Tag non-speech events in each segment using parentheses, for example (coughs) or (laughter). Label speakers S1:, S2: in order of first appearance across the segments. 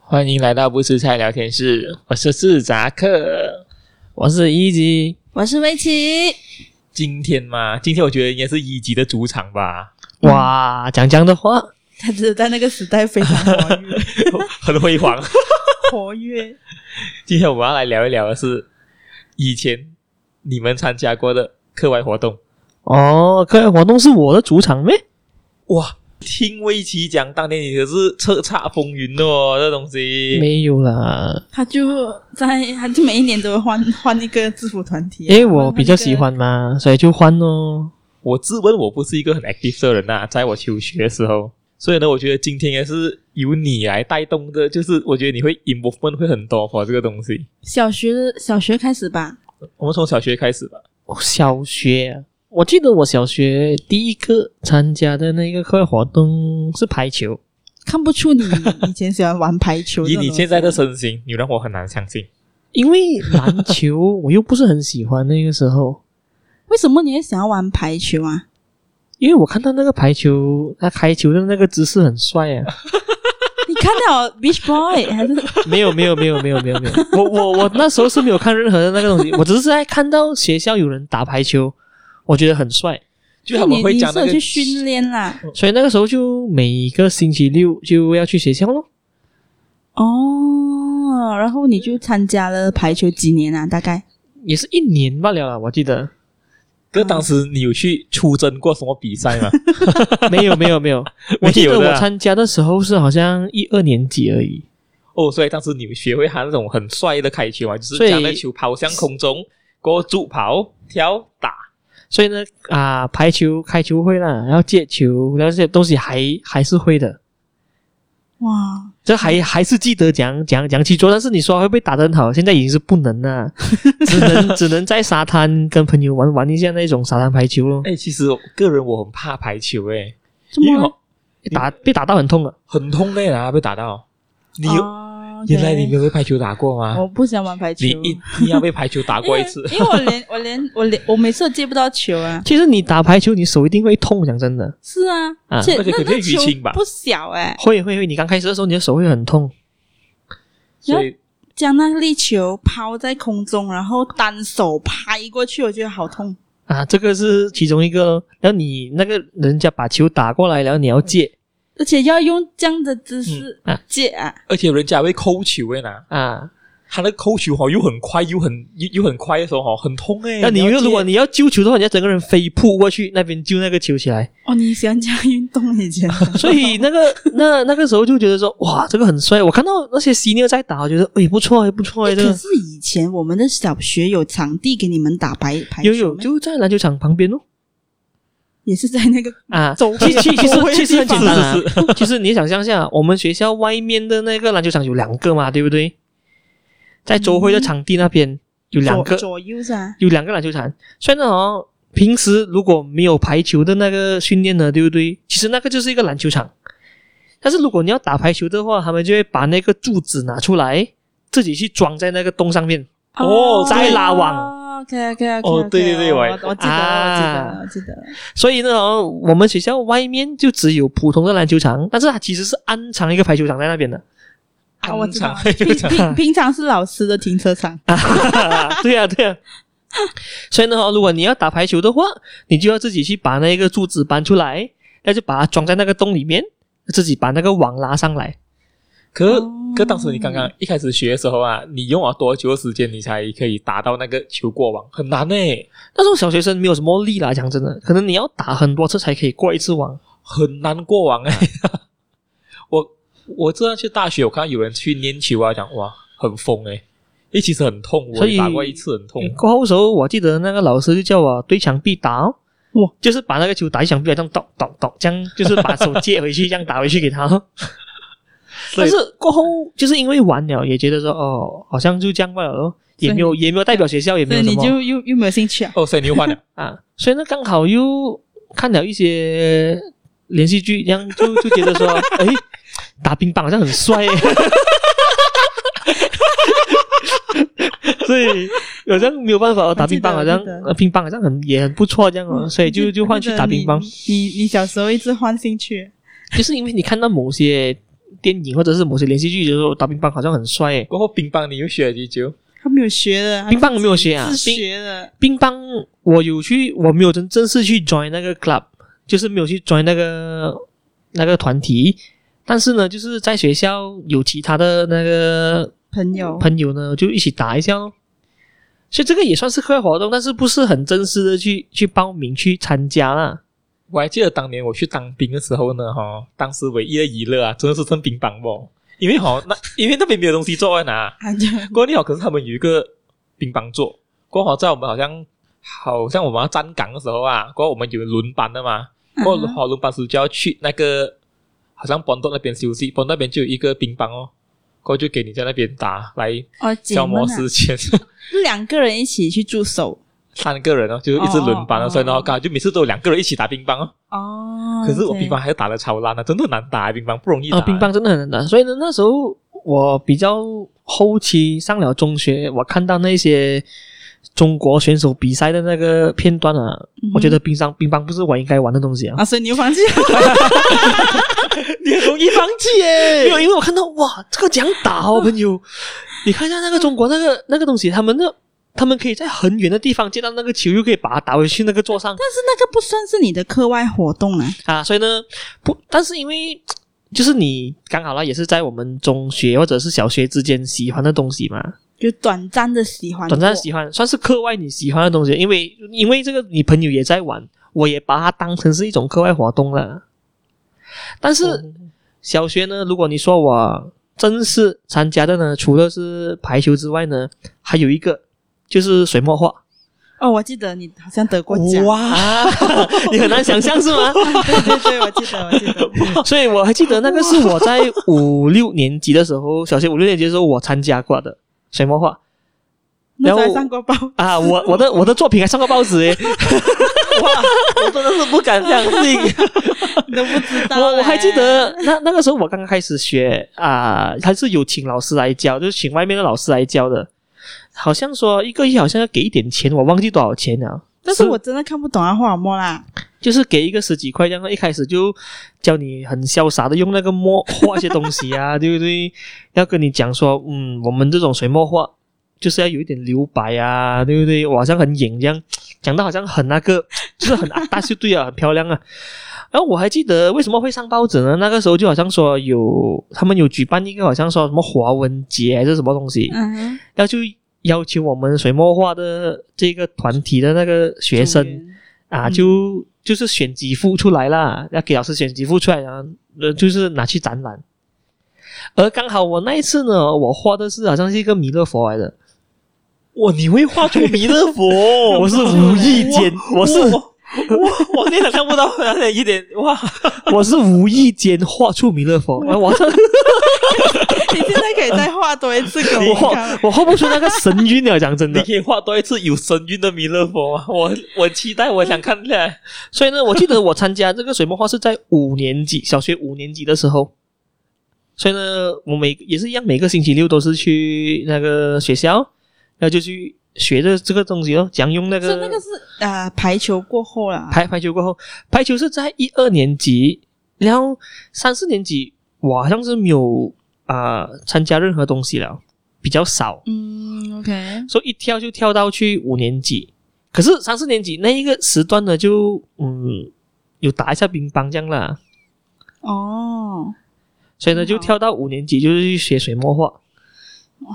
S1: 欢迎来到不吃菜聊天室，我是四扎克，
S2: 我是一级，
S3: 我是威奇，
S1: 今天嘛，今天我觉得应该是一级的主场吧，嗯
S2: 哇，讲讲的话，
S3: 他只是在那个时代非常活 (laughs) 跃，
S1: (laughs) 很辉煌。
S3: 活跃。
S1: 今天我们要来聊一聊的是以前你们参加过的课外活动。
S2: 哦，课外活动是我的主场咩？
S1: 哇，听魏奇讲，当年你可是叱咤风云的哦，这东西。
S2: 没有啦，
S3: 他就在，他就每一年都会换换一个制服团体啊、
S2: 因为我
S3: 换
S2: 比较喜欢嘛，所以就换哦。
S1: 我自问我不是一个很 active 的人呐、啊在我求学的时候，所以呢，我觉得今天也是由你来带动的，就是我觉得你会 involvement 会很多 for 这个东西。
S3: 换一个小学小学开始吧，
S1: 我们从小学开始吧。
S2: 我小学、啊，我记得我小学第一个参加的那个课外活动是排球，
S3: 看不出你以前喜欢玩排球。
S1: 以你现在的，身形，你让我很难相信。
S2: 因为篮球我又不是很喜欢那个时候，
S3: 为什么你会想要玩排球啊？
S2: 因为我看到那个排球，他开球的那个姿势很帅啊。
S3: 你看到 Beach Boy 还是
S2: (laughs) 没有没有没有没有没有没有，我我我那时候是没有看任何的那个东西，我只是在看到学校有人打排球，我觉得很帅，啊
S1: 就他们会讲那
S3: 你
S1: 个
S3: 你是有去训练啦？
S2: 所以那个时候就每个星期六就要去学校咯。
S3: 哦，然后你就参加了排球几年啊？大概
S2: 也是一年罢了啦，我记得
S1: 可是当时你有去出征过什么比赛
S3: (laughs)
S1: 吗？
S2: 没有没有没有，我记
S1: 没
S2: 得
S1: 有的
S2: 我
S1: 啊
S2: 参加的时候是好像一二年级而已，
S1: 哦，所以当时你学会他那种很帅的开球嘛，就是
S2: 所以
S1: 将那球抛向空中，过后助跑、跳、打。
S2: 所以呢啊、排球开球会啦，然后接球，然后这些东西还还是会的，
S3: 哇，
S2: 这还还是记得讲讲讲去做，但是你说会不会打得很好？现在已经是不能了，只能只能在沙滩跟朋友玩玩一下那种沙滩排球咯，
S1: 哎，其实我个人我很怕排球，哎，
S3: 这
S1: 因为
S3: 么啊
S1: 我
S2: 打被打到很痛啊了。
S1: 很痛哎，然后被打到。你有
S3: 哦，OK
S1: 原来你没有被排球打过吗
S3: 我？不想哦玩排球，。
S1: 你一定要被排球打过一次
S3: (laughs) 因为我连我连我连我每次都接不到球啊。
S2: 其实你打排球，你手一定会痛，讲真的，
S3: 是啊，
S2: 啊
S3: 而且
S1: 而且
S3: 那
S1: 可
S3: 那
S1: 能是淤
S3: 球
S1: 青吧
S3: 不小哎、
S2: 会会会，你刚开始的时候你的手会很痛，
S1: 所以
S3: 将那粒球抛在空中，然后单手拍过去，我觉得好痛。
S2: 啊，这个是其中一个咯。然后你那个人家把球打过来，然后你要接
S3: 而且要用这样的姿势
S2: 嗯啊
S3: 接啊！
S1: 而且人家会扣球哎呐，
S2: 啊，
S1: 他那个扣球哈又很快又很又又很快的时候哈很痛哎。
S2: 那你
S1: 要
S2: 如果
S1: 接
S2: 你要揪球的话，你要整个人飞扑过去那边揪那个球起来。
S3: 哦，你喜欢这样运动以前？
S2: 所以那个 (laughs) 那那个时候就觉得说，哇，这个很帅。我看到那些 senior 在打，我觉得哎不错哎不错哎，这
S3: 可
S2: 个
S3: 是以前我们的小学有场地给你们打排排球
S2: 有
S3: 吗，
S2: 有就在篮球场旁边哦
S3: 也是在那个
S2: 啊
S3: 走。
S2: 其其其实
S3: 回
S2: 其实很
S3: 地
S2: 简
S3: 方
S2: 单啊。其实你想象一下，我们学校外面的那个篮球场有两个嘛，对不对？在周辉的场地那边有两
S3: 左
S2: 个
S3: 左右是啊，
S2: 有两个篮球场，所以呢哦，平时如果没有排球的那个训练呢，对不对？其实那个就是一个篮球场。但是如果你要打排球的话，他们就会把那个柱子拿出来，自己去装在那个洞上面。
S1: 哦
S2: 在拉网
S3: OK OK OK。
S1: 哦对对对
S3: 我
S1: 我还
S3: 我记得了，
S2: 啊
S3: 我记得了，我记得了。
S2: 所以呢，哦我们学校外面就只有普通的篮球场，但是它其实是安藏一个排球场在那边的。 (laughs)
S3: 啊，我知道
S1: 安
S3: 了，
S1: 插
S3: 平平平常是老师的停车场，
S2: 对呀、对呀、所以呢、哦，如果你要打排球的话，你就要自己去把那个柱子搬出来，那就把它装在那个洞里面，自己把那个网拉上来。
S1: 可
S3: 哦
S1: 可当时你刚刚一开始学的时候啊，你用了多久的时间你才可以达到那个球过网？很难欸呢、
S2: 那时候小学生没有什么力啦，讲真的，可能你要打很多次才可以过一次网。
S1: 很难过网哎、
S3: (laughs)
S1: 我我这样去大学，我看到有人去练球啊，讲哇很疯哎、因为其实很痛，我
S2: 所以嗯
S1: 打过一次很痛。
S3: 嗯
S2: 过后时候，我记得那个老师就叫我对墙壁打、哦，
S3: 哇，
S2: 就是把那个球打在墙壁，这样咚咚咚，这样就是把手接回去，这样打回去
S3: (laughs)
S2: 给他哦。
S1: 所
S2: 但
S1: 以
S2: 是过后就是因为玩了，也觉得说哦，好像就这样罢了咯，也没有也没有代表学校，也 (laughs) 没
S3: 所以
S2: 有什
S3: 你
S2: 么
S3: 就又又没有兴趣啊？
S1: 哦，所以你又换了
S2: 啊，所以呢刚好又看了一些连续剧，这样就就觉
S3: (laughs)
S2: 得说，哎，打乒乓好像很帅耶，所以好像没有办法，哦打乒乓好像
S3: 我记得我嗯记得
S2: 呃乒乓好像哦很也很不错这样哦，所以就就换去打乒乓。
S3: 你你小时候一直换兴趣，
S2: 就是因为你看到某些电影或者是某些连续剧的时候，打乒乓好像很帅诶。
S1: 过后乒乓你又学了几久？
S3: 他没有学的，
S2: 乒乓有没有学啊
S3: 他？自
S2: 乒
S3: 学的，
S2: 乒乓我有去，我没有真正式去 join 那个 club，就是没有去 join 那个那个团体。但是呢，就是在学校有其他的那个
S3: 朋友
S2: 朋友呢，就一起打一下咯。所以这个也算是课外活动，但是不是很正式的去去报名去参加啦。
S1: 我还记得当年我去当兵的时候呢，哈、当时唯一的娱乐啊，真的是蹭乒乓不？因为哈、那 (laughs) 因为那边没有东西做啊拿。
S3: 他就
S1: 过后你好，可是他们有一个乒乓座，过后好在我们好像好像我们要站岗的时候啊，过后我们有轮班的嘛，过后
S3: 嗯
S1: 好轮班时就要去那个好像本豆那边休息，本豆那边就有一个乒乓哦，过后就给你在那边打来
S3: 哦，姐
S1: 消
S3: 们
S1: 磨
S3: 啊，
S1: 时间。
S3: 两个人一起去驻守
S1: (laughs) 三个人哦，就是一直轮班
S3: 哦哦
S1: 哦，所以呢，
S3: 哦
S1: 刚好就每次都有两个人一起打乒乓哦。
S3: 哦。
S1: 可是我
S3: OK
S1: 乒乓还是打的超烂的，真的难打乒乓，不容易打。
S2: 啊，乒乓真的很难打。所以呢，那时候我比较后期上了中学，我看到那些中国选手比赛的那个片段啊，
S3: 嗯哼
S2: 我觉得乒乓乒乓不是我应该玩的东西啊。
S3: 啊，所以你又放
S2: (laughs)
S3: 弃了，
S1: 你很容易放弃
S2: 没有，
S1: 耶。
S2: 因为我看到哇，这个讲打
S1: (laughs)
S2: 哦，朋友，你看一下那个中国那个那个东西，他们的他们可以在很远的地方接到那个球，又可以把它打回去那个座上
S3: 但是那个不算是你的课外活动啊。
S2: 啊，所以呢，不，但是因为就是你刚好啦，也是在我们中学或者是小学之间喜欢的东西嘛，
S3: 就短暂的喜欢过，
S2: 短暂喜欢，算是课外你喜欢的东西，因为因为这个你朋友也在玩，我也把它当成是一种课外活动了。但是小学呢，如果你说我正式参加的呢，除了是排球之外呢，还有一个就是水墨画。
S3: 哦，我记得你好像得过奖，
S2: 哇， (laughs) 你很难想象是吗？
S3: (laughs) 对对对，我记得，我记得。
S2: 所以我还记得那个是我在五六年级的时候，小学五六年级的时候我参加过的水墨画
S3: 那时候
S2: (laughs) 然
S3: 还
S2: 后
S3: 上过报，
S2: 啊，我我的我的作品还上过报纸诶。
S1: 我真的是不敢相信。
S3: 你都不知道。啊
S2: 我我还记，得那那个时候我刚刚开始学啊、还是有请老师来教，就是请外面的老师来教的。好像说一个月好像要给一点钱，我忘记多少钱了。
S3: 但是
S2: 十
S3: 我真的看不懂啊，画墨啦。
S2: 就是给一个十几块，然后一开始就教你很潇洒的用那个墨画一些东西啊，对不对？要跟你讲说，嗯，我们这种水墨画就是要有一点留白啊，对不对？我好像很影这样，讲到好像很那个，就是很啊，大秀对啊，很漂亮啊。然后我还记得为什么会上报纸呢？那个时候就好像说有他们有举办一个好像说什么华文节还是什么东西，
S3: 嗯哼，
S2: 要去要求我们水墨画的这个团体的那个学生。
S3: 组员
S2: 啊，
S3: 嗯
S2: 就就是选几幅出来啦，要给老师选几幅出来，然后呃就是拿去展览。而刚好我那一次呢，我画的是好像是一个弥勒佛来的，
S1: 哇，你会画出弥勒
S2: (laughs)
S1: 佛？
S2: 我是无意间，我是
S1: 我我真的看不到，而且一点哇，
S2: 我是无意间画出弥勒佛，我我
S3: 你现在可以再画多一次给
S2: (laughs) 我
S3: 我看
S2: 画。我画不出那个神韵了，讲真
S1: 你
S2: 的。
S1: 可以画多一次有神韵的弥勒佛吗？我我期待，我想看看。
S2: 所以呢，我记得我参加这个水墨画是在五年级，小学五年级的时候。所以呢，我每也是一样，每个星期六都是去那个学校，然后就去学着这个东西哦，讲用那
S3: 所
S2: 个
S3: 以那个是呃排球过后啦，
S2: 排排球过后，排球是在一二年级，然后三四年级我好像是没有啊、呃参加任何东西了，比较少，
S3: 嗯，OK，
S2: 所以一跳就跳到去五年级。可是三四年级那一个时段呢，就嗯有打一下乒乓这样啦，
S3: 哦，
S2: 所以呢就跳到五年级就是去学水墨画。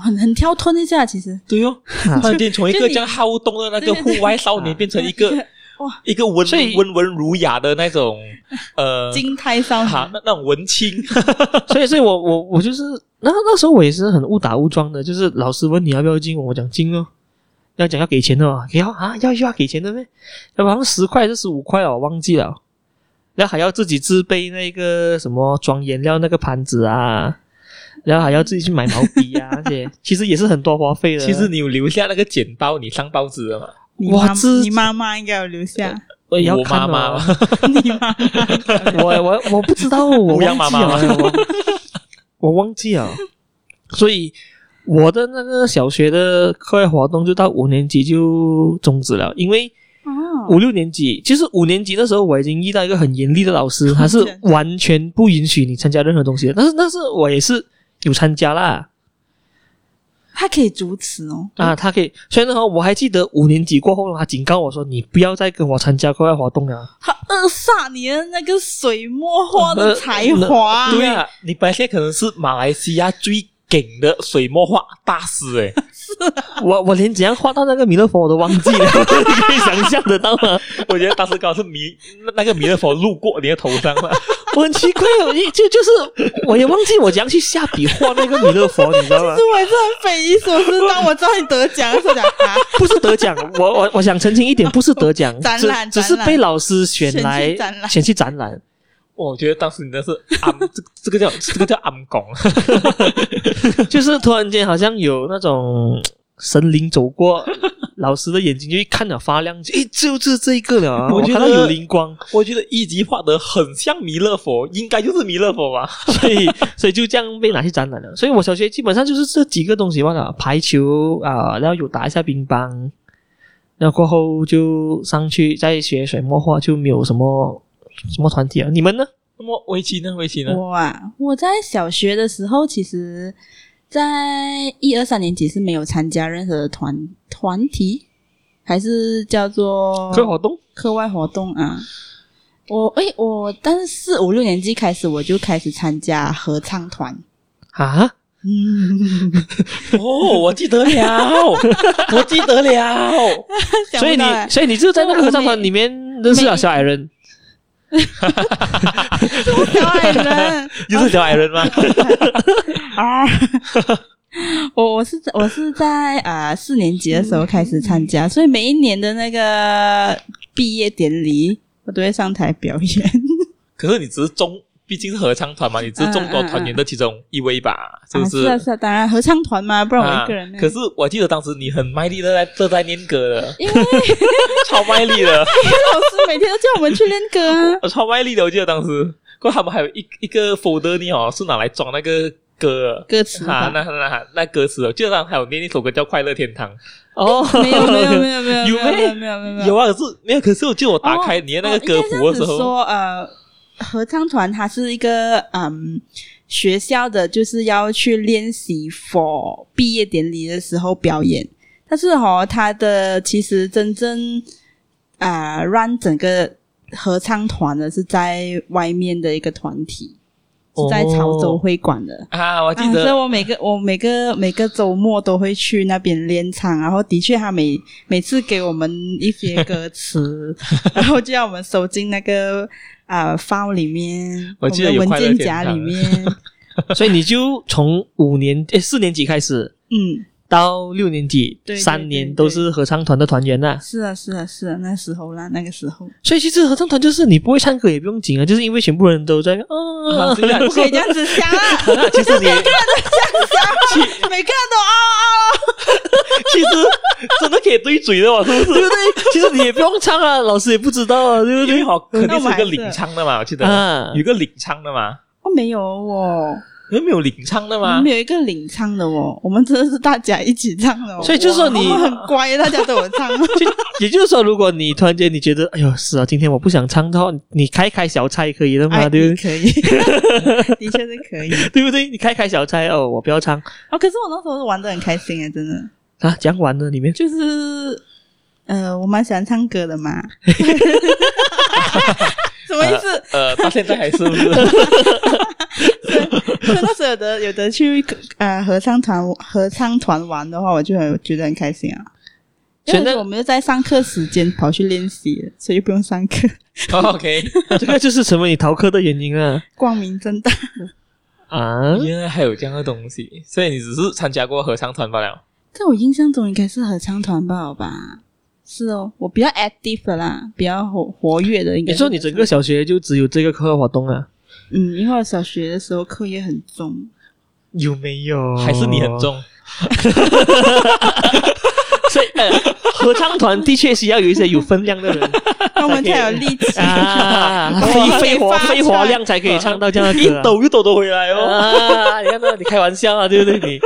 S3: 很很跳脱一下，其实
S1: 对哦，突然间从一个这样好动的那个
S3: 对对对
S1: 户外少年，变成一
S3: (laughs)
S1: 个
S3: 哇
S1: 一个温
S2: 所以嗯
S1: 温文儒雅的那
S2: (laughs)
S1: 种呃
S3: 金胎少
S1: 哈
S3: 女，
S1: 那那种文青。
S2: 所以，所以我我我就是那那时候我也是很误打误撞的，就是老师问你要不要进，我讲进哦，要讲要给钱的嘛，给要啊要要给钱的咩？要好像十块还是十五块哦了，我忘记了。然后还要自己自备那个什么装颜料那个盘子啊，然后还要自己去买毛笔啊，那些其实也是很多花费的。
S1: 其实你有留下那个剪刀，你上报纸了嘛？
S3: 你
S2: 哇
S3: 妈
S2: 这
S3: 你妈妈应该有留下，
S2: 我也要
S1: 我
S2: 看
S1: 妈妈
S2: 哦
S1: 嘛
S3: 你妈妈应该有留下
S2: (laughs) 我我我不知道，我忘
S1: 乌
S2: 记
S1: 鸦
S2: 了，
S1: 妈妈
S2: 我 (laughs) 我忘记了。所以我的那个小学的课外活动就到五年级就终止了，因为
S3: 哦
S2: 五六年级，其实五年级的时候我已经遇到一个很严厉的老师，他
S1: (laughs)
S2: 是完全不允许你参加任何东西的。但是，但是我也是有参加啦。
S3: 他可以主持哦。
S1: 嗯
S2: 啊，他可以，虽然呢，我还记得五年级过后，他警告我说：“你不要再跟我参加课外活动了。
S3: 他扼杀你的那个水墨画的才华、
S2: (laughs)
S1: 对啊， (laughs) 你本来现在可能是马来西亚最顶的水墨画大师欸
S2: (laughs)
S1: 诶、
S2: 我我连怎样画到那个弥勒佛我都忘记了，你可以想象得到吗？
S1: 我觉得当时刚好是弥那那个弥勒佛路过你的头上
S2: (laughs)
S1: 了，
S2: 我很奇怪哦，一就就是我也忘记我怎样去下笔画那个弥勒佛，你知道吗
S3: (laughs) 其实？我也是很匪夷所思。当我知道你得奖的时候讲，啊，
S2: 不是得奖，我我我想澄清一点，不是得奖，
S3: 展览
S2: 只
S3: 展
S2: 只是
S3: 览
S2: 被老师选
S3: 选去
S2: 来
S3: 展
S2: (laughs)
S3: 览
S2: 选去展览。
S1: 我觉得当时你那是暗，这这个叫这个叫暗拱，
S2: 就是突然间好像有那种神灵走过，老师的眼睛就一看了发亮，诶，就是这一个了啊、
S1: 我
S2: 我
S1: 觉
S2: 看
S1: 得
S2: 到有灵光，
S1: 我觉得一级画的很像弥勒佛，应该就是弥勒佛吧。
S2: 所以 (laughs) 所以就这样被拿去展览了。所以我小学基本上就是这几个东西罢了，排球啊、然后有打一下乒乓，然后过后就上去再学水墨画，就没有什么什么团体了。你们呢？
S1: 那么围棋呢？围棋呢？
S3: 我啊，我在小学的时候，其实，在一二三年级是没有参加任何团团体，还是叫做
S1: 课外活动
S3: 课外活动啊。我诶、我但是四五六年级开始，我就开始参加合唱
S2: (laughs)
S3: 团。 (laughs)
S2: 啊？
S3: 嗯，
S1: 哦，我记得了，我记得 (laughs) 了。
S3: 啊
S2: 所以你所以你就在那个合唱团里面认识了小矮人。
S3: 小矮人
S1: 又是小矮人吗？ (laughs)
S3: 啊！我我是我是在啊四年级的时候开始参加，所以每一年的那个毕业典礼，我都会上台表演。
S1: 可是你只是中，毕竟是合唱团嘛，你只是众多团员的其中一位吧，是不
S3: 啊、是啊是啊，当然合唱团嘛，不然我一个人呢、
S1: 啊可是我记得当时你很卖力的在这在念歌的，
S3: 因为老师
S1: 超卖力的，
S3: 每天都叫我们去练歌啊。
S1: 我超卖力的。我记得当时，过后他们还有一一个 folder 呢哦，是拿来装那个歌
S3: 歌词吧
S1: 啊，那那那那歌词的。我记得当时还有念一首歌叫《快乐天堂
S2: 哦，
S3: 没有没有没有没有
S1: (laughs) 有
S3: 没有没
S1: 咩
S3: 有没有没有没》，
S1: (laughs) 有啊，可是没有，可是我记得我打开你的那个歌谱
S3: 哦
S1: 的时
S3: 应该这样子
S1: 候，
S3: 说呃，合唱团它是一个嗯学校的，就是要去练习 for 毕业典礼的时候表演。但是哦，它的其实真正啊、呃让整个合唱团的是在外面的一个团体，是在潮
S1: 哦
S3: 州会馆的。
S1: 啊，我记
S3: 啊，所以
S1: 得
S3: 我每个我每个每个周末都会去那边练唱，然后的确他每每次给我们一些歌
S1: (laughs)
S3: 词，然后就让我们收进那个啊、file 里面，
S1: 我记得
S3: 们
S1: 有
S3: 文
S1: 快乐
S3: 件
S1: 天
S3: 夹
S1: 堂
S3: 里面，
S1: (laughs)
S2: 所以你就从五年诶四年级开始
S3: 嗯，
S2: 到六年级，
S3: 对对
S2: 三年都是合唱团的团员呐、
S3: 是啊是啊是啊，那时候啦那个时候，
S2: 所以其实合唱团就是你不会唱歌也不用紧啊，就是因为全部人都在啊
S1: 啊，这
S3: (laughs)
S1: 样
S3: 不嗯可以这样子想
S1: (laughs)
S3: 啊，
S1: 其
S3: (laughs)
S1: 实你。
S3: 每个人都嗷
S1: 其实真的可以对嘴的嘛，是不是？
S3: (laughs)
S2: 对不对？ (laughs) 其实你也不用唱啊，老师也不知道啊，对不
S1: 因为
S2: 对？
S1: 好，肯定是有
S3: 那我还
S1: 个
S3: 是嗯
S1: 领唱的嘛，我记得、
S2: 啊
S1: 有，一个领唱的嘛，
S3: 嗷，哦没有哦，
S1: 因为没有领唱的
S3: 我
S1: 嘛
S3: 们，有一个领唱的哦，我们真的是大家一起唱的哦，
S2: 所以就是说你
S3: 哇我们很乖，大家都有
S1: (laughs)
S3: 唱。
S2: 也就是说，如果你突然间你觉得哎呦是啊，今天我不想唱的话，你开开小差也可以的嘛，
S3: 哎，
S2: 对不对？
S3: 可 (laughs) 以，的确是可以。
S2: 对不对？你开开小差哦，我不要唱
S3: 哦，可是我那时候玩的很开心哎，真的，
S2: 啊，讲完了里面 (laughs)
S3: 就是呃，我蛮喜欢唱歌的 (laughs) 嘛。什么意思？
S1: 呃，到现在还是 (laughs) 不
S3: (laughs)
S1: 是？
S3: 所以那时候有的有的去呃合唱团合唱团玩的话，我就很觉得很开心啊。因
S2: 所以
S3: 为
S2: 那
S3: 我们就在上课时间跑去练习了，所以就不用上课，
S1: 哦 OK，
S2: 这个就是成为你逃课的原因啊
S3: 光明正大。
S2: 啊！
S1: 原来还有这样的东西，所以你只是参加过合唱团罢了。
S3: 在我印象中应该是合唱团吧？吧，是哦，我比较 active 的啦，比较活活跃的。应该
S2: 你
S3: 是
S2: 说你整个小学就只有这个课外活动啊？
S3: 嗯，因为我小学的时候课业很重。
S2: 有没有？
S1: 还是你很？重，
S2: 所以呃，合唱团的确需要有一些有分量的人
S3: 那我
S1: (laughs)
S3: 们才有力气。
S2: (laughs) 啊，
S3: 哇
S2: 肺肺活
S3: 发出来
S2: 肺活量才可以唱到这样的
S1: 一
S2: 歌啊。
S1: 抖一抖都回来哦。
S2: 啊！你看到你开玩笑啊，对不对？你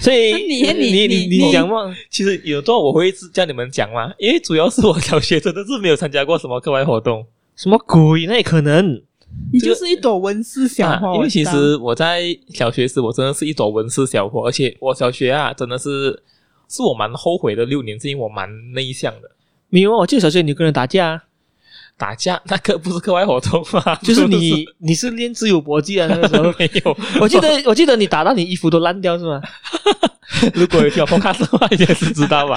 S2: 所以
S3: 你你
S2: 你
S3: 你
S2: 你
S3: 你
S2: 讲嘛，
S1: 其实有段我会叫你们讲嘛，因为主要是我小学真的是没有参加过什么课外活
S3: (laughs)
S1: 动
S2: 什么鬼？那也可能。
S3: 你就是一朵文字小
S1: 啊
S3: 花、，
S1: 因
S3: 我
S1: 为
S3: 知
S1: 其
S3: 道
S1: 实我在小学时我真的是一朵文思小伙，而且我小学啊真的是是我蛮后悔的六年，是因为我蛮内向的。
S2: 没有啊，我记得小学你跟人打架啊，
S1: 打架那个不是课外活动
S3: (laughs)
S1: 吗？。
S2: 就是你你是练自由搏击啊，那个时候
S1: (laughs) 没有。
S2: 我记得我记得你打到你衣服都烂掉是吗？啊
S1: 如果有听我 podcast 的话，应该是知道吧？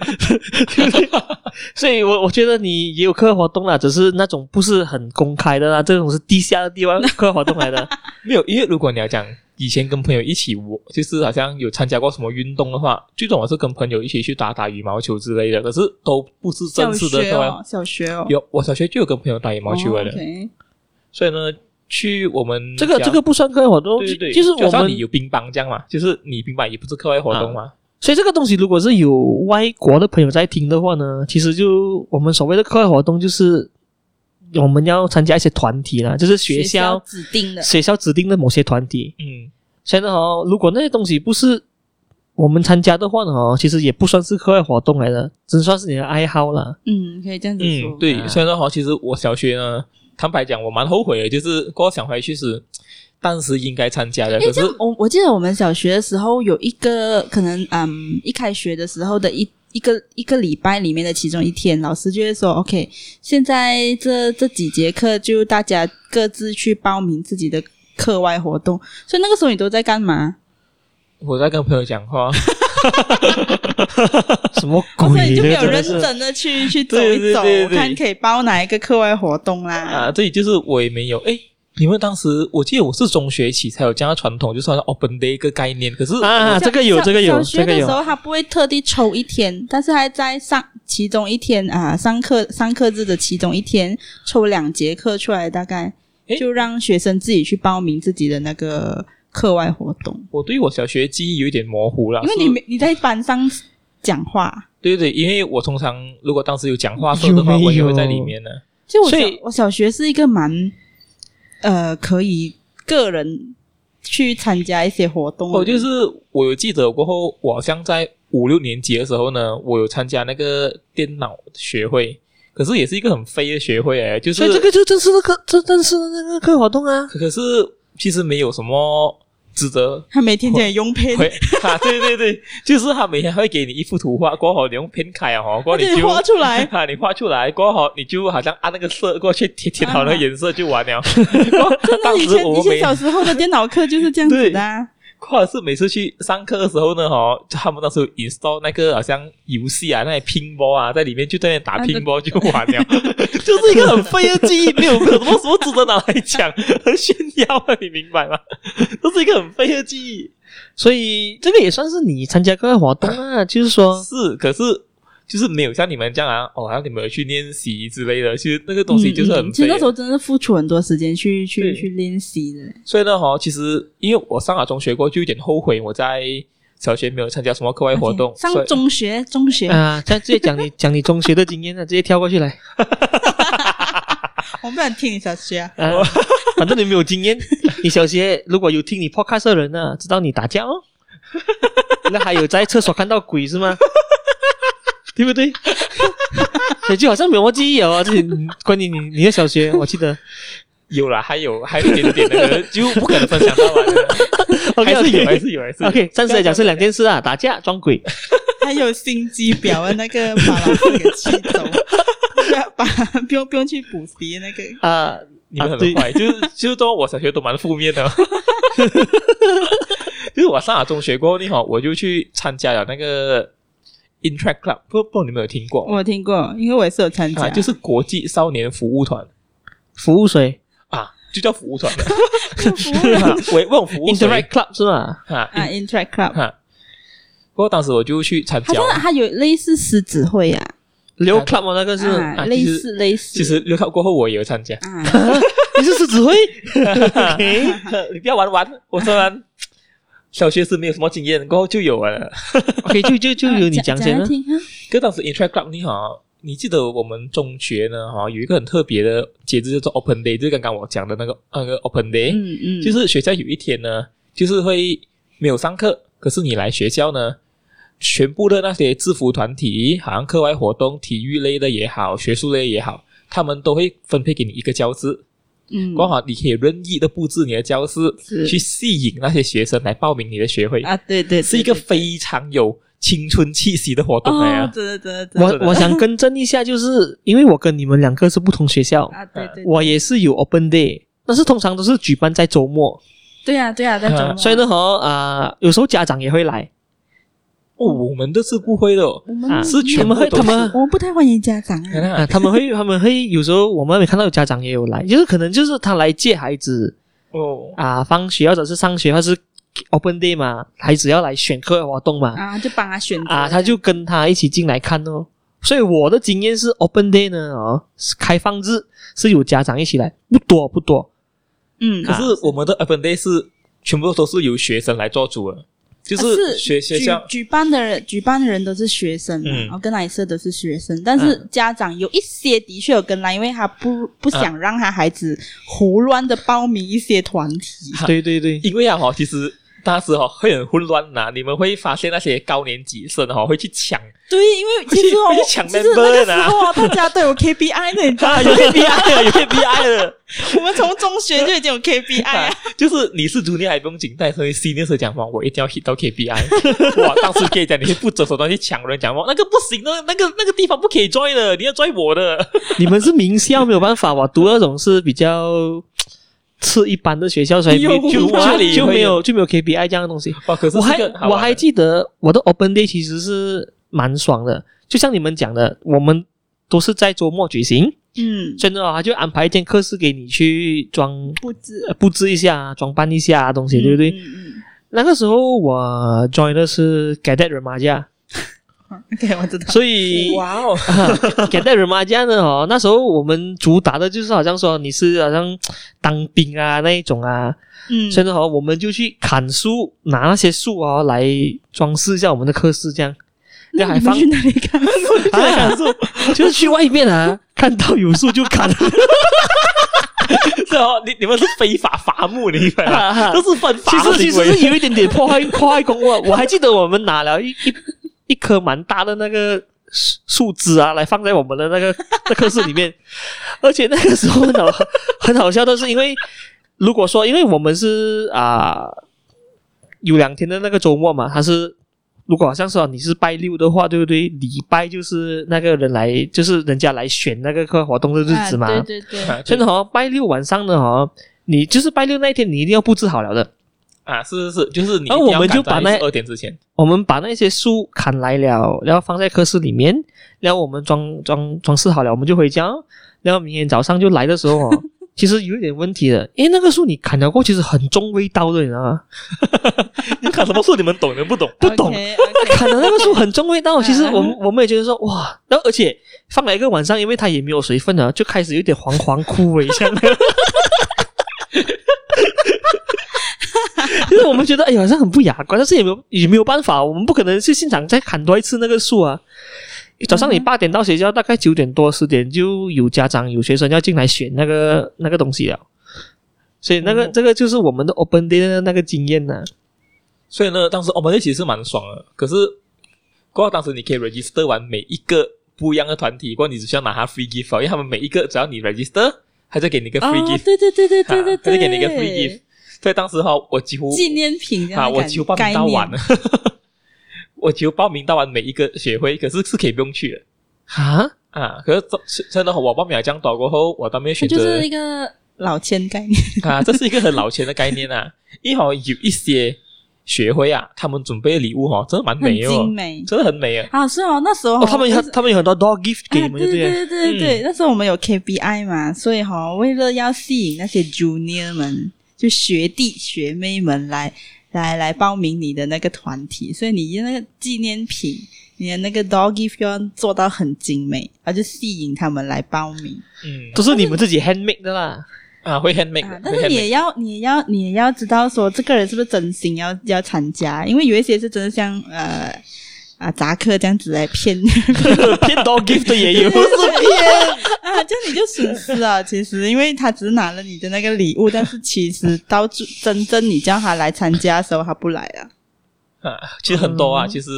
S2: (laughs) 所以我我觉得你也有课外活动啦，只是那种不是很公开的啦，这种是地下的地方课外活
S1: (laughs)
S2: 动来的。
S1: 没有，因为如果你要讲以前跟朋友一起，我就是好像有参加过什么运动的话，最早我是跟朋友一起去打打羽毛球之类的，可是都不是
S3: 小
S1: 正式的
S3: 学
S1: 课外活动
S3: 哦，小学哦，
S1: 有，我小学就有跟朋友打羽毛球来的，
S3: 哦，OK
S1: 所以呢，去我们
S2: 这个
S1: 家
S2: 这个不算课外活动，
S1: 对对对，
S2: 就是
S1: 就
S2: 我
S1: 像
S2: 们啊
S1: 你有乒乓这样嘛，就是你乒乓也不是课外活动嘛，
S2: 所以这个东西，如果是有外国的朋友在听的话呢，其实就我们所谓的课外活动，就是我们要参加一些团体啦，就是学
S3: 校
S2: 校
S3: 指定的，
S2: 学校指定的某些团体。
S1: 嗯，
S2: 所以呢，哦，如果那些东西不是我们参加的话呢，哦，其实也不算是课外活动来的，只算是你的爱好啦。
S3: 嗯，可以这样子说
S1: 嗯，，对，
S2: 啊
S1: 虽然说好，其实我小学呢，坦白讲，我蛮后悔的，就是过后想回去是当时应该参加的，
S3: 因
S1: 可
S3: 为
S1: 是
S3: 这样，我我记得我们小学的时候有一个可能，嗯，一开学的时候的一一个一个礼拜里面的其中一天，老师就会说，OK，现在这这几节课就大家各自去报名自己的课外活动，所以那个时候你都在干嘛？
S1: 我在跟朋友讲
S3: (laughs)
S1: 话，
S2: 什么
S3: 哦、
S2: 鬼？
S3: 所以你就没有
S2: 这个
S3: 认
S2: 真的是
S3: 真的
S2: (laughs)
S3: 去去走
S1: 对
S3: 一
S1: 对
S3: 走，
S1: 对对
S3: 看可以报哪一个课外活动啦。
S1: 啊，这里就是我也没有哎。你们当时，我记得我是中学起才有这样的传统，就是好像 open day 一个概念。可是
S2: 啊，
S3: 小
S2: 这个有，
S3: 小
S2: 这个有，
S3: 小学
S2: 这个
S3: 的时
S2: 有。
S3: 候他不会特地抽一天，但是还在上其中一天啊，上课上课日的其中一天抽两节课出来，大概
S1: 诶
S3: 就让学生自己去报名自己的那个课外活动，
S1: 我对我小学记忆有一点模糊了，
S3: 因为
S1: 是
S3: 你没你在班上讲话。
S1: 对对对，因为我通常如果当时有讲话说的话，
S2: 有没有
S1: 我也会在里面呢。
S3: 就我
S2: 所
S3: 小
S2: 以
S3: 我小学是一个蛮呃可以个人去参加一些活动的
S1: 我
S3: 人，
S2: 哦
S1: 哦就是我有记得过后，我好像在五六年级的时候呢，我有参加那个电脑学会，可是也是一个很飞的学会哎，就是
S2: 所以这个就正式的课，这正式的那个课外活动啊。
S1: 可可是其实没有什么值得
S3: 他每天天也用配，
S1: 会啊，对对对， (laughs) 就是他每天还会给你一幅图画，过后你用偏开啊，哦，过后你
S3: (laughs) 他就
S1: 就
S3: 画出来
S1: (laughs) 啊，你画出来过后你就好像按那个色过去填填好那个颜色就完了。
S3: 啊
S1: (laughs)
S3: (laughs) 那
S1: 当
S3: 以
S1: 时
S3: 前以
S1: 我
S3: 前
S1: 每
S3: 小时候的电脑课就是这样子的、啊。
S1: 或者是每次去上课的时候呢，哦，他们那时候 install 那个好像游戏啊，那些拼波啊，在里面就在那打
S3: 啊
S1: 拼波就完
S3: (laughs)
S1: 了， (laughs) 就是一个很废的
S2: (laughs)
S1: 记忆，没有没有什么什么值得拿来讲，很炫耀啊，你明白吗？这是一个很废的记忆。
S2: 所以这个也算是你参加课外活动
S3: (laughs)
S2: 啊，就是说，
S1: 是，可是就是没有像你们这样啊，哦，让你们有去练习之类的，其实那个东西就是
S3: 嗯
S1: 很
S3: 嗯其
S1: 废
S3: 实
S1: 的。
S3: 那时候真的是付出很多时间去去
S1: 对
S3: 去练习的。
S1: 所以呢，哈，其实因为我上了中学过，就有点后悔我在小学没有参加什么课外活动。
S3: 嗯上
S1: 所以
S3: 中学，中学，
S2: 啊，现在直接讲你
S3: (laughs)
S2: 讲你中学的经验啊，直接跳过去来
S3: 我不想听你小学啊。
S2: 啊， (laughs) 反正你没有经
S3: (laughs)
S2: 验。你小学如果有听你 podcast 的人呢、知道你打架
S3: (laughs)
S2: 哦。那还有在厕所看到鬼是吗？对不对？所以就好像没有记忆了啊，这些关于你你的小学，我记
S3: (laughs)
S2: 得
S1: 有了，还有还有一点点那个，就不可能分享到完的。
S2: OK，
S1: 还是有，还
S2: OK
S1: 是有，还
S3: (laughs)
S1: 是有。
S2: OK，暂时来讲是两件事啊，打架装鬼。
S3: 还有心机婊啊把那个把老师给气走， (laughs) 不要把不用不用去补习那个。
S2: 啊、
S1: 你们
S2: 啊
S1: 很坏，就是就是说我小学都蛮负面的。就是我上了中学过后，你好，我就去参加了那个 Interact Club，不不，你们有听过吗？
S3: 我有听过，因为我也是有参加，
S1: 啊，就是国际少年服务团
S2: 服务水
S1: 啊，就叫服务团的，
S3: (laughs) 服务
S2: (laughs)
S1: 啊为为我服务
S2: ，Interact
S1: 谁
S2: Club 是吧？
S1: 啊
S3: 啊，Interact Club，
S1: 哈。不过当时我就去参
S3: 它
S1: 加
S3: 真，的它有类似狮子会啊，
S2: 流 Club 哦，那个是，
S3: 啊，类
S1: 其实
S3: 似类似。。
S1: 其实六考过后我也有参加
S3: (laughs) 啊，
S2: 你是狮
S1: (laughs)
S2: 子会？OK，
S1: 你不要玩玩，我虽然 (laughs) 小学时没有什么经验，过后就有了。
S2: (laughs) OK，就 (laughs) 就就由你讲先
S3: 来
S2: 了。
S3: 听啊。
S1: 可当时 Interact Club 你好，你记得我们中学呢哈有一个很特别的节日叫做 Open Day，就是刚刚我讲的那个那个 Open Day，
S3: 嗯嗯，
S1: 就是学校有一天呢，就是会没有上课，可是你来学校呢，全部的那些制服团体，好像课外活动、体育类的也好，学术类也好，他们都会分配给你一个教室，
S3: 嗯，
S1: 刚好你可以任意的布置你的教室，
S3: 是
S1: 去吸引那些学生来报名你的学会，
S3: 啊，对对，对
S1: 是一个
S3: 对
S1: 非常有青春气息的活动来
S3: 哦
S1: 啊，。
S3: 真的真的真的
S2: 我我想更正一下，就是因为我跟你们两个是不同学校，
S3: 啊，对对，
S2: 我也是有 open day，但是通常都是举办在周末，
S3: 对呀对呀，在
S1: 啊
S3: 中，
S2: 所以呢，和啊、呃有时候家长也会来，
S1: 哦，我们这次不会的哦，
S3: 我们
S2: 啊
S1: 是全
S2: 他
S1: 部
S2: 们会
S1: 都
S2: 他们
S3: 我们不太欢迎家长
S1: 看
S3: 啊，
S2: 啊，
S1: 啊，
S2: 他们会 (laughs) 他们会有时候我们也看到有家长也有来，就是可能就是他来接孩子
S1: 哦，
S2: 啊，放学或者是上学，或是 open day 嘛，孩子要来选课外活动嘛，
S3: 啊，就帮他选择
S2: 啊，他就跟他一起进来看哦。所以我的经验是，Open Day 呢，哦，是开放日是有家长一起来，不多
S1: (laughs)
S2: 不多。
S3: 嗯，
S1: 可是我们的 open day 是全部都是由学生来做主的，就
S3: 啊
S1: 是学学
S3: 举
S1: 校
S3: 举办的人，举办的人都是学生嘛，
S1: 嗯
S3: 然后跟来社都是学生，但是家长有一些的确有跟来，因为他不不想让他孩子胡乱的报名一些团体。
S1: (laughs) 啊
S2: 对对对，
S1: 因为啊，哈，其实那时候会很混乱呐、你们会发现那些高年级生哈会去抢，
S3: 对，因为其
S1: (laughs)
S3: 实
S1: 我
S3: 哦
S1: 去，抢
S3: 其实那
S1: member
S3: 个时候哦大家都有 KPI 的，你
S1: (laughs)
S3: 知道，
S1: 啊，有 KPI 了，有 KPI 了，
S3: 我们从中学就已经有
S1: (laughs)
S3: KPI
S1: 啊
S3: 了。，
S1: 就是你是 junior 还不用紧，但是 senior 时讲嘛，我一定要 hit 到 KPI，哇， (laughs) 当时可以讲你会不择手段去抢人讲嘛，那个不行的，那个那个地方不可以 join 的，你要 join 我的，
S2: 你们是名校，没有办法，我读那种是比较次一般的学校，
S1: (laughs)
S2: 所以
S1: 有
S2: 就
S1: 哪
S2: 就
S1: 里
S2: 就
S1: 会
S2: 没
S1: 有
S2: 有就没有 KPI 这样的东西。
S1: 哇，可是
S2: 我还
S1: 这个好玩
S2: 我还
S1: 的
S2: 记得我的 Open Day 其实是蛮爽的，就像你们讲的，我们都是在周末举行，
S3: 嗯，
S2: 真的、哦，他就安排一间课室给你去装
S3: 布置
S2: 呃布置一下、装扮一下东西，对不对？
S3: 嗯嗯
S2: 那个时候我 join 的是 Cadet Remaja，
S3: 嗯，OK，我知道。
S2: 所以
S1: 哇哦，
S2: Cadet Remaja 呢，哦，那时候我们主打的就是好像说你是好像当兵啊那一种啊，
S3: 嗯，
S2: 所以呢，哦，我们就去砍树，拿那些树哦来装饰一下我们的课室，这样。那
S3: 那
S2: 还
S3: 你们
S2: 放 (laughs)
S3: 去哪里看？
S2: 啊，砍树就是去外面啊，看到有树就砍。
S1: (laughs) 是哦，你你们是非法伐木，你明白
S2: (laughs)
S1: 吗？
S2: 啊
S3: (laughs)
S1: 都是犯
S2: 其
S1: 法
S2: 实其
S1: 行
S2: 实
S1: 为。
S2: 是有一点点破坏破坏公物。我还记得我们拿了一一一颗蛮大的那个树树枝啊，来放在我们的那个 (laughs) 那课室里面。而且那个时候很好很好笑的是，因为如果说因为我们是啊、有两天的那个周末嘛，它是。如果好像说你是拜六的话，对不对？礼拜就是那个人来，就是人家来选那个课活动的日子嘛。
S3: 啊对对
S1: (laughs)
S3: 对，
S2: 真的哦，拜六晚上的哦，你就是拜六那一天，你一定要布置好了的。
S1: 啊，是是是，就是你一定
S2: 然
S1: 要赶在12。
S2: 后我们就把那
S1: 二点之前，
S2: 我们把那些树砍来了，然后放在科室里面，然后我们装装装饰好了，我们就回家。然后明天早上就来的时
S1: (laughs)
S2: 候哦，其实有一点问题的，因为那个树你砍了过，其实很重味道的，你知道吗？ (laughs)
S1: 你砍什么树？你们懂，你们不懂。
S2: 不懂
S3: OK，OK
S1: (laughs)
S2: 砍的那个树很重味道，其实我们我们也觉得说哇，然后而且放了一个晚上，因为它也没有水分啊了，就开始有点黄黄枯萎这样的。 (laughs) 就是我们觉得哎呀，好像很不雅观，但是也没有也没有办法，我们不可能去现场再砍多一次那个树啊。早上你
S3: 嗯哼
S2: 八点到学校，大概九点多十点就有家长有学生要进来选那个那个东西了，啊所以那个、
S1: 哦
S2: 这个就是我们的 open day 的那个经验啊呢、
S1: 所以呢，当时我们那其实蛮爽的。可是，过后当时你可以 register 完每一个不一样的团体，过后你只需要拿他 free gift，哦因为他们每一个只要你 register，他就给你一个 free
S3: 哦
S1: gift，
S3: 对对对对对对
S1: 啊他
S3: 对，
S1: 就给你一个 free gift。所以当时哈，我几乎
S3: 纪念品这样
S1: 啊，
S3: 的
S1: 我
S3: 感
S1: 几乎报
S3: 概
S1: 名到
S3: 念
S1: 完了， (laughs) 我几乎报名到完每一个学会，可是是可以不用去的
S2: 啊，
S1: 啊。可是真真的，我报名了这样多过后，我当面
S3: 它
S1: 选择
S3: 就是一个老千概念。 (laughs)
S1: 啊，这是一个很老钱的概念啊。因为好像有一些学会啊，他们准备的礼物哦，真的蛮
S3: 很
S1: 美哦
S3: 精，美
S1: 真的很美啊。
S3: 啊！是哦，那时候、
S2: 哦，他们有
S3: 就是
S2: 他们有很多 dog gift 给你
S3: 啊
S2: 们，
S3: 对嗯
S2: 就对了
S3: 对对对对，那时候我们有 KPI 嘛，所以哈、为了要吸引那些 junior 们，就学弟学妹们来来来报名你的那个团体，所以你那个纪念品，你的那个 dog gift 要做到很精美，然后就吸引他们来报名。
S1: 嗯
S2: 都是你们自己 handmade 的啦。
S1: 啊，会 handmake，
S3: 啊
S1: 的、，
S3: 但
S1: 会
S3: 是
S1: handmake
S3: 你也要，你也要，你也要知道说这个人是不是真心要要参加，因为有一些是真的像呃啊杂客这样子来骗
S2: 骗 dog gift 的也 (laughs) 有
S1: 不，是骗，
S3: 啊，这样你就损失了。其实，因为他只拿了你的那个礼物，但是其实到最真正你叫他来参加的时候，他不来
S1: (laughs)
S3: 了。
S1: 啊其实很多
S3: 嗯
S1: 啊，其实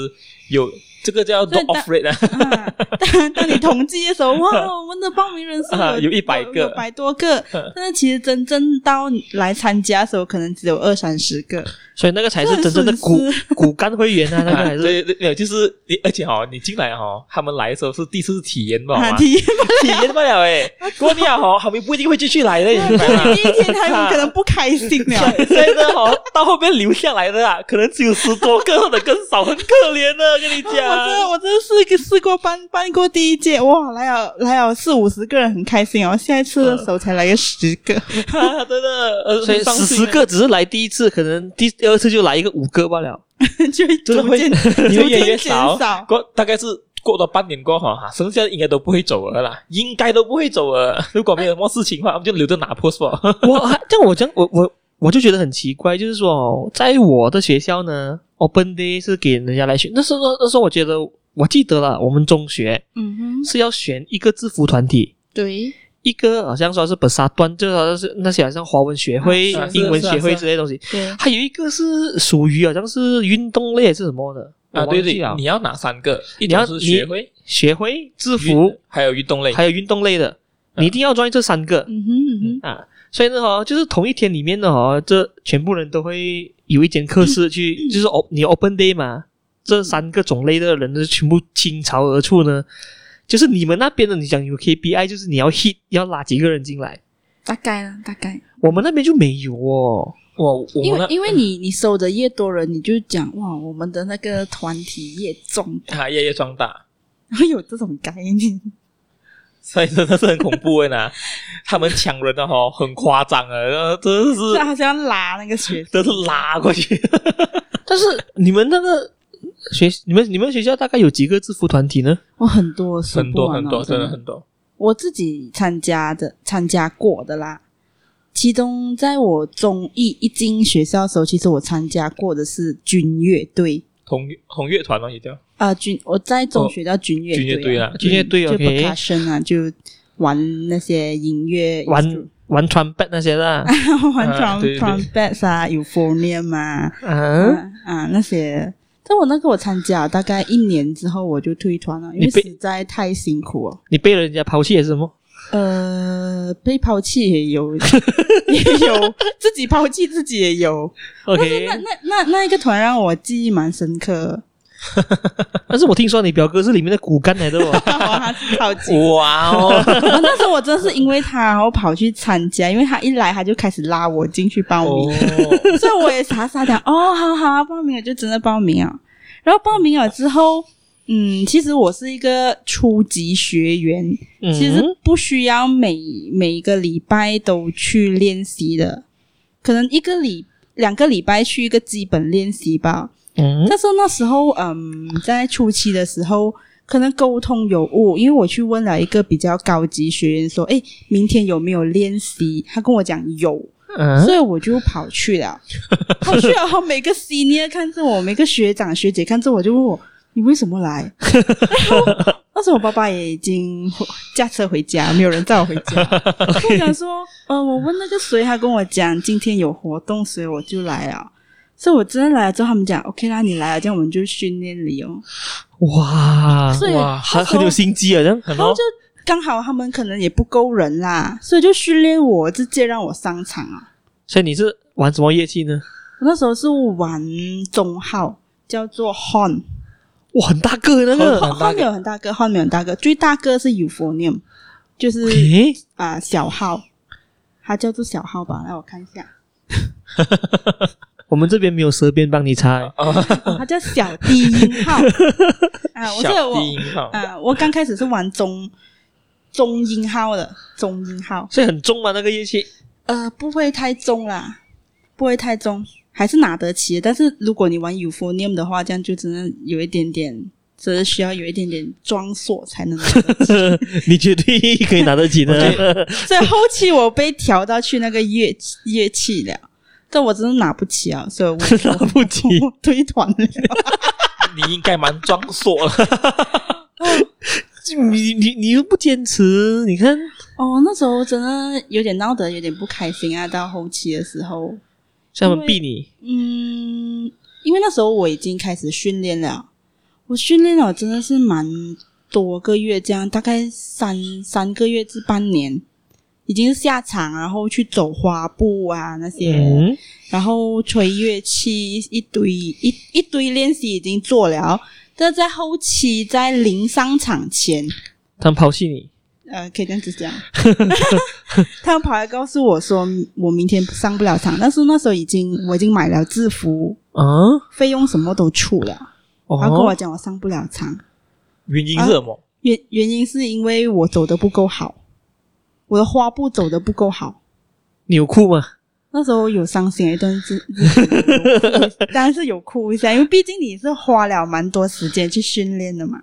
S1: 有这个叫 dog off rate 啊，
S3: 啊，当当你统计的时候，哇，我们的报名人数
S1: 啊 (laughs) 有100
S3: 有
S1: 个
S3: 有百多
S1: (laughs)
S3: 个，但是其实真正到来参加的时候，可能只有二三十个。
S2: 所以那个才是真正的骨
S3: 这
S2: 骨干会员 (laughs) 啊，那个还 (laughs) 是
S1: 对对对，就是你，而且哦哈，你进来哈，他们来的时候是第一次体验吧，好
S3: 啊，
S1: 吗
S3: 体验
S1: 体验不了
S3: (laughs)
S1: 哎，过年好，他们不一定会继续来的，你明白吗？
S3: 第一天他可能不开心啊
S1: (laughs)
S3: 了。
S1: 现在呢，好到后面留下来的啊，可能只有十多个或者更少，很可怜的，跟你
S3: 我真的
S1: 讲。
S3: 我真的是个试过办办过第一届，哇，来了来了四五十个人，很开心哦。下一
S1: 嗯
S3: 次的时候才来个十个，
S1: 啊 (laughs) 真的，呃
S2: 所以
S1: 伤
S2: 十
S1: 心
S2: 十
S1: 啊
S2: 个只是来第一次，可能第第二次就来一个五个罢了。
S3: (laughs) 就会
S1: 真的
S3: 逐
S1: 会
S3: 渐
S1: 你
S3: 逐
S1: 会越来
S3: 渐
S1: 越
S3: 减
S1: 少
S3: 少。
S1: 过大概是过了半年过后哈，剩下的应该都不会走了啦，应该都不会走了。 (laughs) 如果没有什么事情的话，我们就留着拿 post (laughs) 吧。
S2: (laughs) 我还这样我这样我我我就觉得很奇怪，就是说哦，在我的学校呢，Open Day 是给人家来选。那时候那时候我觉得我记得了，我们中学
S3: 嗯哼，
S2: 是要选一个制服团体。
S3: 对，
S2: 一个好像说是本沙端，就是好像是那些好像华文学会、
S1: 啊是啊
S2: 英文
S1: 是啊
S2: 学
S1: 是
S2: 会
S1: 啊
S2: 之类的东西，
S3: 对，
S2: 还有一个是属于啊好像是运动类还是什么的
S1: 啊，
S2: 我
S1: 对
S2: 忘记
S1: 对
S2: 了，
S1: 你要拿三个，一
S2: 你要
S1: 种是学会、
S2: 学会制
S1: 运
S2: 服
S1: 还有运动类。
S2: 还有运动类的，你一定要 join 这三个
S3: 嗯哼嗯哼。
S2: 啊。所以呢，哦，就是同一天里面呢，哦，这全部人都会有一间课
S1: (coughs)
S2: 室去，就是哦，你 open day 嘛，这三个种类的人呢，全部倾巢而出呢。就是你们那边的，你讲有 KPI，就是你要 hit 要拉几个人进来，
S3: 大概啦，大概，
S2: 我们那边就没有哦。
S1: 哇，我
S3: 因
S1: 们
S3: 为
S1: 那
S3: 因为你你收的越多人，你就讲哇，我们的那个团体越重， (laughs)
S1: 啊，夜夜壮大， (laughs)
S3: 会有这种概念。
S1: 所以真的是很恐怖的呢。他们抢人的哈，很夸张啊，呃真的
S3: (laughs) 是
S1: 是
S3: 好像拉那个学
S1: 真是拉过去。
S2: 但是你们那个学，你们你们学校大概有几个制服团体呢？
S3: 我很多数
S1: 很多
S3: 不完
S1: 很
S3: 哦
S1: 多，真
S3: 真
S1: 的很多。
S3: 我自己参加的参加过的啦。其中，在我中一一进学校的时候，其实我参加过的是军乐队，
S1: 红红乐团咯，也叫
S3: 啊，军我在中学叫军乐
S1: 军乐队
S3: 队啊，
S1: 啦，
S2: 哦军乐队
S3: 就
S2: OK，
S3: percussion 啊，就玩那些音乐，
S2: (laughs) 玩玩 trumpet 那
S3: (laughs)
S2: 些啦。
S3: 玩
S1: 啊
S3: trum
S1: 对对
S3: trumpets 啊，euphonium 啊，
S2: 嗯、
S3: 啊啊那些。但我那个我参加大概一年之后我就退团了，因为
S2: 你被
S3: 实在太辛苦了。
S2: 你被人家抛弃还是什么？
S3: 呃，被抛弃也有， (laughs) 也有自己抛弃自己也有。
S2: OK，
S3: 那那那一个团让我记忆蛮深 (laughs) 刻，
S2: 但是我听说你表哥是里面的骨干来
S3: (laughs)
S2: 的哦。
S3: 啊他是超级。
S1: 哇哦，
S3: (laughs) 我那时候我真的是因为他，然后跑去参加，因为他一来他就开始拉我进去报名， (laughs) 所以我也傻傻的哦，好好啊报名了就真的报名啊。然后报名了之后，嗯，其实我是一个初级学员，
S2: 嗯
S3: 其实不需要每每一个礼拜都去练习的，可能一个礼两个礼拜去一个基本练习吧。
S2: (laughs) 嗯
S3: 但是那时候，嗯，在初期的时候，可能沟通有误，因为我去问了一个比较高级学员说：“哎，明天有没有练习？”他跟我讲有，
S2: 嗯，
S3: 所以我就跑去
S2: (laughs)
S3: 了。跑去了，后每个 senior 看着我，每个学长学姐看着我，就问我：“你为什么来？”然后那时候我爸爸也已经驾车回家，没有人载我回
S2: (laughs)
S3: 家。我想说，呃，我问那个谁，他跟我讲今天有活动，所以我就来了。所以我真的来了之后，他们讲 OK 啦，你来了，这样我们就训练你哦。
S2: 哇，
S3: 所以
S1: 哇
S2: 很很有心机啊，这样很
S3: 然后就刚好他们可能也不够人啦，所以就训练我，直接让我上场啊。
S2: 所以你是玩什么乐器呢？
S3: 我那时候是玩中号，叫做 horn，
S2: 哇，很大个那
S1: 很
S2: 个。
S1: 很大
S3: horn 没
S1: 个
S3: 有很大个，horn 没有很大个，最大个是 euphonium，就是
S1: (laughs)
S2: 诶，
S3: 啊、小号，它叫做小号吧？来我看一下，
S2: 我们这边没有舌边帮你擦，
S3: 哦、它叫小低
S1: (laughs)
S3: 音号啊。我记得
S1: 小
S3: 我
S1: 低音号，
S3: 啊，我刚开始是玩中中音号的，中音号，
S2: 所以很重嘛那个乐器。 (laughs)
S3: 呃，不会太重啦，不会太重，还是拿得起的。但是如果你玩 euphonium 的话，这样就真的有一点点，只是需要有一点点装硕才能拿
S2: (laughs)
S3: 得起。
S2: 你绝对可以拿得起的。 (laughs)
S3: 所以后期我被调到去那个乐器乐 (laughs) 器了，但我真的拿不起啊，所以我
S2: 拿不起
S3: 我推团了。
S1: 你应该蛮壮硕 (laughs) 了。哦
S2: 你你你又不坚持，你看
S3: 哦，那时候真的有点闹得有点不开心啊，到后期的时候，
S2: 像他们逼你，
S3: 嗯，因为那时候我已经开始训练了，我训练了真的是蛮多个月，这样大概三三个月至半年，已经是下场，然后去走花步啊那些，
S2: 嗯，
S3: 然后吹乐器一堆一一堆练习已经做了，但在后期在临上场前，
S2: 他们抛弃你，
S3: 呃，可以这样子讲。他们跑来告诉我说，我明天上不了场，但是那时候已经我已经买了制服，
S2: 啊，
S3: 费用什么都出了，他跟我
S2: 哦，
S3: 讲我上不了场，
S1: 原因是什
S2: 啊
S1: 么？
S3: 原原因是因为我走的不够好，我的花步走的不够好。
S2: 你有哭吗？
S3: 那时候有伤心一段日子，当然是有哭一下，因为毕竟你是花了蛮多时间去训练的嘛，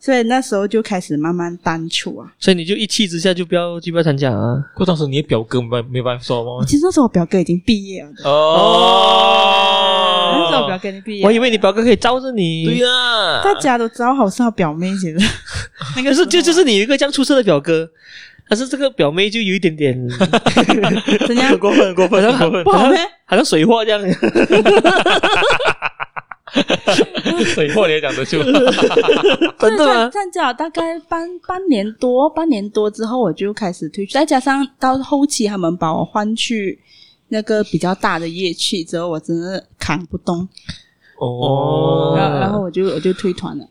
S3: 所以那时候就开始慢慢单处啊。
S2: 所以你就一气之下就不要就不要参加啊，
S1: 过当时你的表哥没没办法说
S2: 哦
S1: 吗？
S3: 其实那时候我表哥已经毕业了的，那时候我表
S1: 哦，
S3: 哥已经毕业了，
S2: 我以为你表哥可以罩着你，
S1: 对啊呀，
S3: 大家都知道好是他表妹，
S2: (laughs)
S3: 其实那
S2: 可
S3: 个
S2: 是
S3: 时
S2: 就
S3: 候
S2: 就是你有一个这样出色的表哥，但是这个表妹就有一点点
S3: 怎样
S2: (laughs) 过分，过 (laughs) 分，过分
S3: 不好咩？
S2: 好像水货这 (laughs) 样，
S1: 水货你也讲得
S2: (laughs)
S1: 出，
S2: 真的
S3: 站
S2: 吗？
S3: 站脚大概半半年多，半年多之后我就开始退出，再加上到后期他们把我换去那个比较大的乐器之后，我真的扛不动，
S1: 哦，
S3: 然后然后我就我就退团了。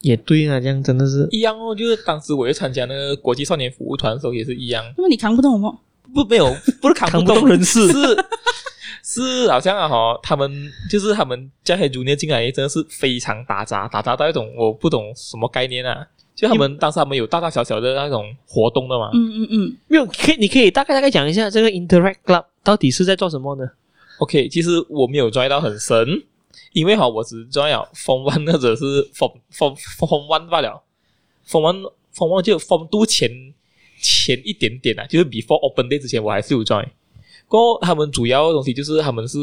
S2: 也对啊，这样真的是
S1: 一样哦，就是当时我去参加那个国际少年服务团的时候也是一样，
S3: 那么你扛不动我，
S1: 不没有不是扛
S2: 扛不
S1: 动
S2: 动人 (laughs) 事
S1: 是。 (laughs) 是好像啊哈，他们就是他们加黑竹捏进来真的是非常打杂，打杂到一种我不懂什么概念啊。就他们当时他们有大大小小的那种活动的嘛，
S3: 嗯嗯嗯，
S2: 没有，可以你可以大概大概讲一下这个 Interact Club 到底是在做什么呢？
S1: OK，其实我没有 join 到很深，因为哈，我只 join 了 Form One 或者是 Form Form Form One 罢了。Form One Form One 就 Form Two 前前一点点啊，就是 before Open Day 之前，我还是有 join。过后他们主要的东西就是他们是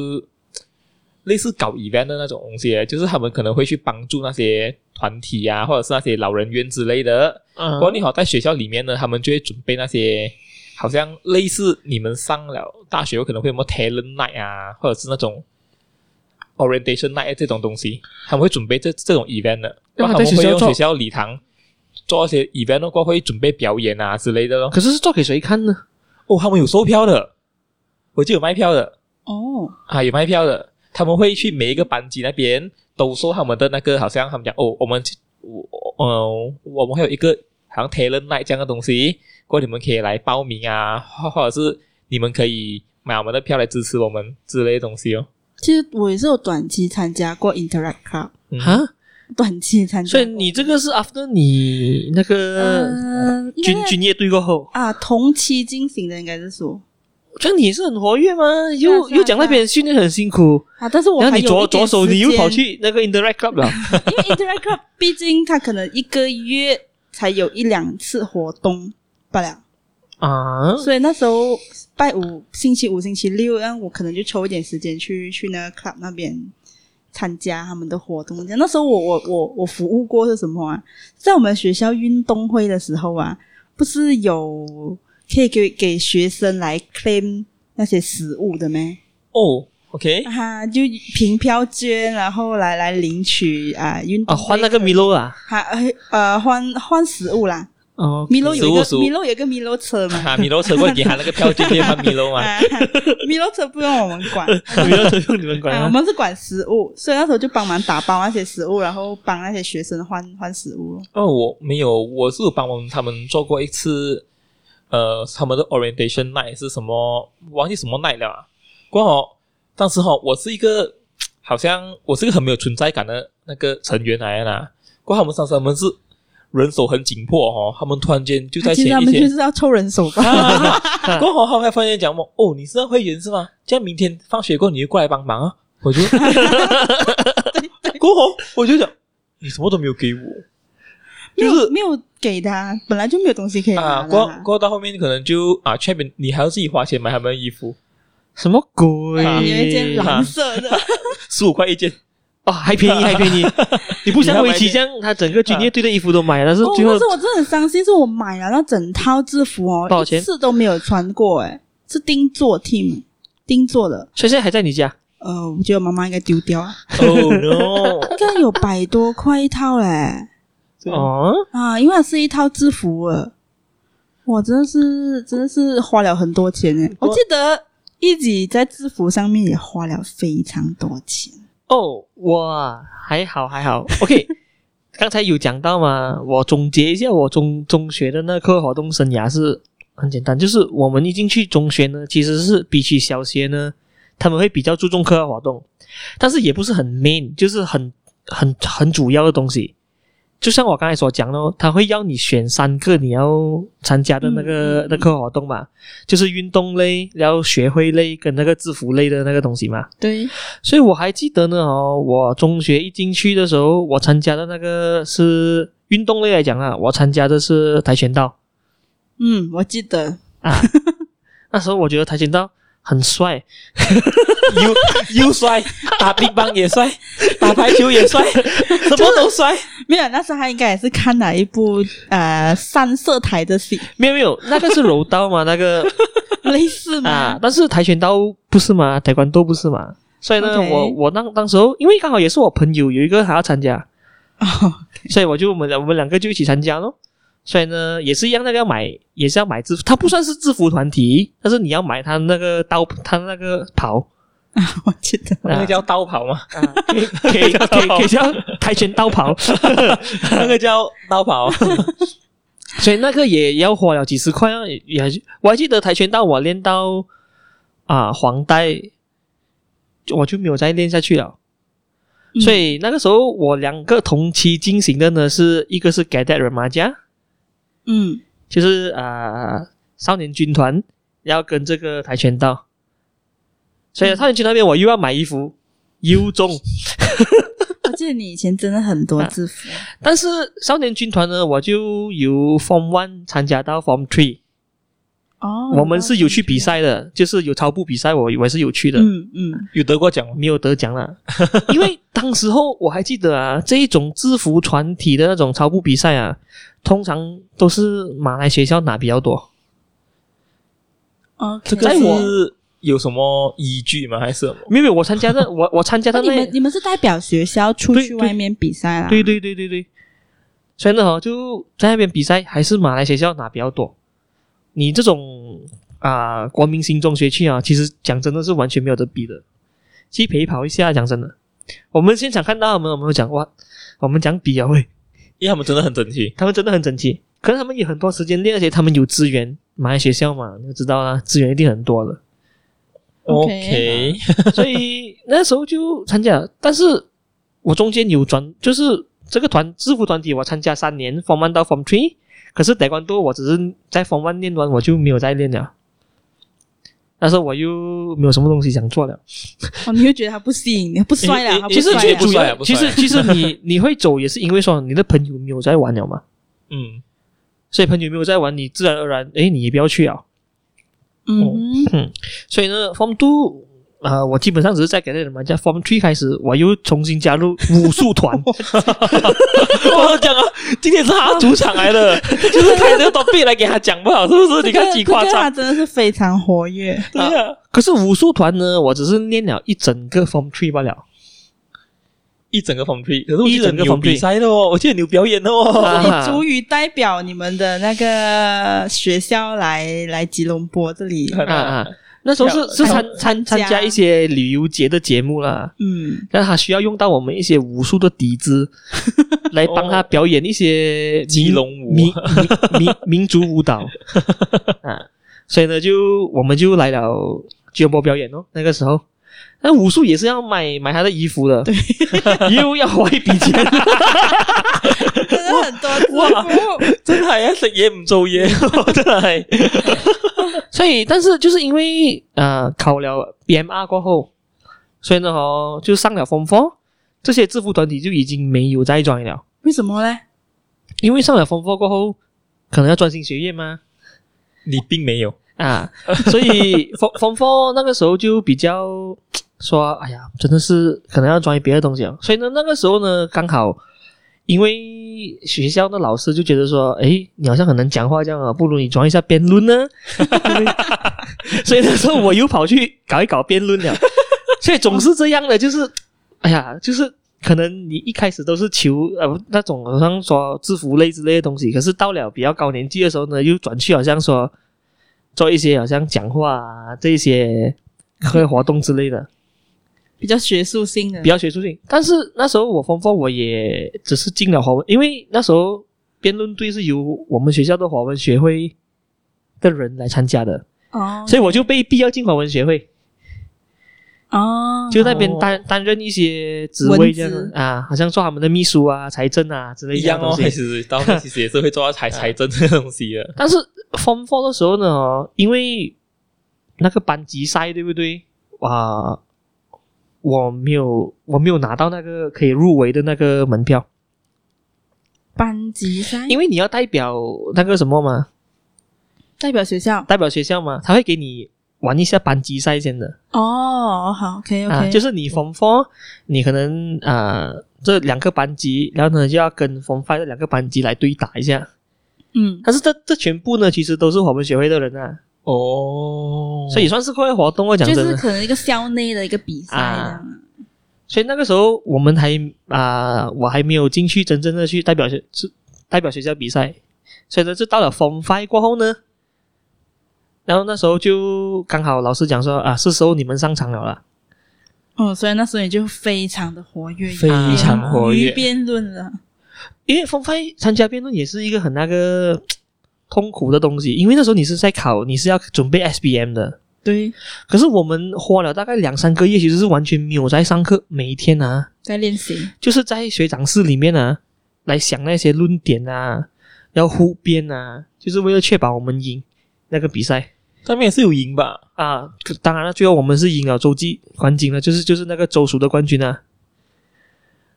S1: 类似搞 event 的那种东西，啊就是他们可能会去帮助那些团体啊，或者是那些老人院之类的。
S2: 嗯
S1: 不过你好，在学校里面呢，他们就会准备那些好像类似你们上了大学有可能会有什么 talent night 啊，或者是那种 orientation night 这种东西，他们会准备这这种 event 的。
S2: 那
S1: 然
S2: 他
S1: 后
S2: 在
S1: 他们
S2: 学
S1: 会
S2: 校
S1: 用
S2: 做
S1: 学校礼堂做一些 event 的话，会准备表演啊之类的咯。
S2: 可是是做给谁看呢？
S1: 哦，他们有售票的，我就有卖票的
S3: 哦，
S1: 啊，有卖票的。他们会去每一个班级那边兜售他们的那个，好像他们讲哦，我们我呃，我们还有一个好像 talent night 这样的东西，过后你们可以来报名啊，或或者是你们可以买我们的票来支持我们之类的东西哦。
S3: 其实我也是有短期参加过 Interact Club，
S1: 嗯
S2: 啊，
S3: 短期参加
S2: 所
S3: 过。
S2: 以你这个是 after 你那个
S3: 呃，应该
S2: 军军乐队过后，
S3: 啊，同期进行的应该是说
S2: 这样你也是很活跃吗？
S3: 是啊
S2: 又
S3: 是啊
S2: 又讲那边训练很辛苦，
S3: 啊，但是我
S2: 然后
S3: 还
S2: 你
S3: 有
S2: 左
S3: 一点
S2: 左手
S3: 时
S2: 你又
S3: 间
S2: 跑去那个 Interact Club 了，
S3: 因为 Interact Club 毕竟它可能一个月才有一两次活动罢了，
S2: 啊，
S3: 所以那时候拜五、星期五、星期六，然后我可能就抽一点时间去去那个 club 那边参加他们的活动。那时候我我我我服务过是什么啊？在我们学校运动会的时候啊，不是有可以给给学生来 claim 那些食物的咩？
S1: 哦，OK，
S3: 啊哈，就凭票券，然后来来领取啊运动
S2: 啊，
S3: 会
S2: 换那个 Milo 啊，
S3: 还呃换换食物啦，
S2: 哦，
S3: 米楼有一个
S1: 食物食物
S3: 米楼有一个米楼车嘛，
S1: (laughs) 啊，米楼车过来给他那个票，就可以换米楼嘛。
S3: 啊米楼车不用我们
S1: (laughs)
S3: 管，
S2: (laughs) Milo 都用你们管
S3: 啊，我
S2: 啊，
S3: 们是管食物，所以那时候就帮忙打包那些食物，然后帮那些学生换换食物咯。
S1: 哦，我没有，我是有帮忙他们做过一次，呃，他们的 orientation night 是什么？忘记什么 night 了、啊。过后，当时哈、我是一个好像我是一个很没有存在感的那个成员来的啦。过后他们当时他们是人手很紧迫哦，他们突然间就在
S3: 啊其
S1: 前
S3: 实他
S1: 一
S3: 们就
S1: 天啊
S3: 是要抽人手吧，
S1: 过后后来发现讲我哦，你是那会员是吗？这样明天放学过后你就过来帮忙啊。我就， (laughs) 过后我就讲你什么都没有给我
S3: 没
S1: (laughs) 就是
S3: 有没有给的啊，本来就没有东西可以拿
S1: 啊。
S3: 的
S1: 过
S3: 啊。
S1: 过后到后面可能就啊，确明你还要自己花钱买他们的衣服，
S2: 什么鬼？
S1: 啊
S3: 有一件
S1: 啦 (laughs)
S3: 蓝色的，
S1: 十五块一件。
S2: 啊，还便宜还
S3: (laughs)
S2: 便宜，你不像
S1: 你要买
S2: 围棋这样，他整个军乐队的衣服都买了，但是
S3: 哦，
S2: 最后
S3: 但是我真的很伤心，是我买了那整套制服
S2: 多少
S3: 哦，
S2: 钱
S3: 一次都没有穿过，哎，是定做 team 定做的，
S2: 所以现在还在你家，
S3: 呃，我觉得我妈妈应该丢掉啊，
S1: (laughs) Oh no！
S3: 应该有百多块一套嘞
S2: 哦，
S3: 啊，因为它是一套制服了，我真的是真的是花了很多钱哎，我记得一己在制服上面也花了非常多钱，
S2: 哦，哇，还好还好。OK，刚 (laughs) 才有讲到嘛，我总结一下我中中学的那课活动生涯是很简单，就是我们一进去中学呢，其实是比起小学呢，他们会比较注重课外活动，但是也不是很 main，就是很很很主要的东西。就像我刚才所讲咯，他会要你选三个你要参加的那
S3: 嗯
S2: 个、
S3: 嗯
S2: 那课外活动嘛，就是运动类、然后学会类跟那个制服类的那个东西嘛。
S3: 对，
S2: 所以我还记得呢哦，我中学一进去的时候，我参加的那个是运动类来讲啊，我参加的是跆拳道
S3: 嗯，我记得
S2: 啊。那时候我觉得跆拳道很帅，
S1: 又又帅，打乒乓也帅，打排球也 (laughs) 帅，什么都帅。
S3: 没有，那时候他应该也是看了一部呃三色台的戏，
S2: 没有没有，那个是柔道嘛，那个
S3: 类似吗？
S2: 啊，但是跆拳道不是嘛，跆拳道不是嘛。所以呢
S3: OK
S2: 我我当当时候，因为刚好也是我朋友有一个还要参加，
S3: (laughs) 哦，
S2: 所以我就我们两我们两个就一起参加咯。所以呢，也是一样，那个要买，也是要买制服，它不算是制服团体，但是你要买它那个刀，它那个袍，
S3: 我记得。
S1: 那个叫刀跑吗？
S2: 啊、可以可 (laughs) 以可以可以叫跆拳道袍，
S1: 那个叫刀跑。啊
S2: 所以那个也要花了几十块啊，也也我还记得跆拳道我练到啊黄带，我就没有再练下去了。
S3: 嗯
S2: 所以那个时候我两个同期进行的呢，是一个是 Cadet 人马家，
S3: 嗯，
S2: 就是呃少年军团要跟这个跆拳道，所以少年军那边我又要买衣 (laughs) 服，又中。
S3: 我记得你以前真的很
S2: 啊
S3: 多制服，
S2: 但是少年军团呢，我就由 Form One 参加到 Form Three，、
S3: 哦
S2: 我们是有去比，赛的，就是有超步比赛，我我也是有去的，
S3: 嗯嗯，
S1: (laughs) 有得过奖吗？
S2: 没有得奖啦。 (laughs) 因为当时候我还记得啊，这一种制服团体的那种超步比赛啊，通常都是马来学校拿比较多。
S3: 哦，
S1: 这个
S2: 在我
S1: 是有什么依据吗？还是什么？
S2: 没有没有，我参加的，我我参加
S3: 那你
S2: 的那
S3: 们你们是代表学校出
S2: 对
S3: 去
S2: 对
S3: 外面比赛啦？
S2: 对对对对对，所以呢、哦，就在那边比赛，还是马来学校拿比较多。你这种啊、国民型中学去啊，其实讲真的是完全没有得比的。去陪跑一下，讲真的，我们现场看到他们，我们有讲哇，我们讲比啊，喂，
S1: 因为他们真的很整齐。
S2: 他们真的很整齐，可是他们有很多时间练，而且他们有资源，马来学校嘛，你就知道啦，资源一定很多的。
S3: OK
S2: (laughs) 所以那时候就参加了，但是我中间有转，就是这个团制服团体我参加三年，form one 到 form three，可是得关多我只是在 form one 练完我就没有再练了，但是我又没有什么东西想做了。
S3: 哦，你会觉得他不吸引你，不帅
S1: 诶诶
S3: 啦，他不
S2: 其实
S3: 帅
S2: 最
S3: 啦
S1: 不
S2: 主
S1: 帅啊
S2: 要，
S1: 不
S2: 其
S1: 帅
S2: 实
S1: 啊
S2: 其实你你会走也是因为说你的朋友没有在玩了嘛，
S1: 嗯，
S2: 所以朋友没有在玩，你自然而然诶你也不要去啊了。哦
S3: 嗯哼，
S2: 所以呢，form two。啊、我基本上只是在给那人玩家 Form Three 开始，我又重新
S1: (laughs)
S2: 加入武术团，
S1: 我讲啊，今天是他主场来的，
S2: (laughs)
S1: 就是开这个 topic 来给他讲不好，是不是？
S2: 啊
S1: 你看几夸
S3: 这个他
S1: 张？
S3: 真的是非常活跃。
S1: 对啊，
S2: 可是武术团呢，我只是练了一整个 Form Three 罢了。
S1: 一整个 form three，可是我记
S2: 一
S1: 得
S2: 整
S1: 你
S2: 个
S1: 有
S2: form
S1: 比
S2: three
S1: 赛的哦，我记得你有表演的哦。
S2: 啊
S3: 你足以代表你们的那个学校来来吉隆坡这里，
S2: 啊啊！那时候
S1: 要
S2: 是是参
S3: 要
S2: 参参
S3: 参加
S2: 加一些旅游节的节目啦，
S3: 嗯，
S2: 但他需要用到我们一些武术的底子，来帮他表演一些
S1: 吉
S2: 民
S1: 隆舞
S2: 民民 (laughs) 民民族舞蹈啊。所以呢，就我们就来了吉隆坡表演哦。那个时候，那武术也是要买买他的衣服的， (laughs) 又要花一笔钱。
S3: 真的很多制
S1: 哇
S3: 服。
S1: (laughs) 真系啊，食嘢唔做嘢， (laughs) 真系。
S2: 所以，但是就是因为呃考了 BMR 过后，所以呢哦，就上了 Form Four，这些制服团体就已经没有再 join 了，
S3: 为什么呢？
S2: 因为上了 Form Four 过后，可能要专心学业嘛。
S1: 你并没有，
S2: 啊，所以 (laughs) Form Form Four 那个时候就比较说，哎呀，真的是可能要专于别的东西啊。所以呢，那个时候呢，刚好因为学校的老师就觉得说，哎，你好像很能讲话这样啊，不如你转一下辩论呢。 (laughs) 所以那时候我又跑去搞一搞辩论了。所以总是这样的，就是，哎呀，就是可能你一开始都是求呃那种好像说制服类之类的东西，可是到了比较高年纪的时候呢，又转去好像说做一些好像讲话啊这一些课外活动之类的，
S3: 比较学术性的
S2: 比，较学术性。但是那时候我丰富，我也只是进了华文，因为那时候辩论队是由我们学校的华文学会的人来参加的，
S3: 哦
S2: 所以我就被逼要进华文学会。
S3: 哦，
S2: 就在那边担担任一些职位这样
S3: 文
S2: 的
S3: 职
S2: 啊，好像做他们的秘书啊、财政啊之类
S1: 一
S2: 这样
S1: 样
S2: 的
S1: 哦。
S2: 东
S1: 其
S2: 西。
S1: 实到时其实也是会做到财财政这个东西的。
S2: 但是 Form Four 的时候呢、哦，因为那个班级赛对不对？啊，我没有我没有拿到那个可以入围的那个门票，
S3: 班级赛，
S2: 因
S3: 为
S2: 为你要代表那个什么嘛，
S3: 代表学校
S2: 代表学校嘛，他会给你玩一下班级赛先的。
S3: 哦，好，OK
S2: 啊，
S3: OK，
S2: 就是你 Form Four，你可能啊、呃这两个班级，然后呢就要跟 Form Five 这两个班级来对打一下。
S3: 嗯，
S2: 但是这这全部呢，其实都是我们学会的人啊，
S1: 哦，
S2: 所以算是课外活动。我讲
S3: 就
S2: 真
S3: 是
S2: 的，
S3: 可能一个校内的一个比赛
S2: 啊
S3: 这样啊
S2: 所以那个时候我们还啊、我还没有进去真正的去代表学是代表学校比赛，所以呢，就到了 Form Five 过后呢，然后那时候就刚好老师讲说啊，是时候你们上场了啦。
S3: 嗯，所以那时候你就非常的活跃，
S1: 非常活
S3: 于
S1: 跃。
S3: 辩论了。
S2: 因为 Form Five 参加辩论也是一个很那个痛苦的东西，因为那时候你是在考，你是要准备 SBM 的，
S3: 对，
S2: 可是我们花了大概两三个月，其实是完全没有在上课，每一天啊，
S3: 在练
S1: (laughs)
S3: 习，
S2: 就是在学长室里面啊，来想那些论点啊，要互辩啊，就是为了确保我们赢那个比赛
S1: 他们也是有赢吧？
S2: 啊。可当然了，最后我们是赢了洲际冠军了，就是就是那个州属的冠军啊。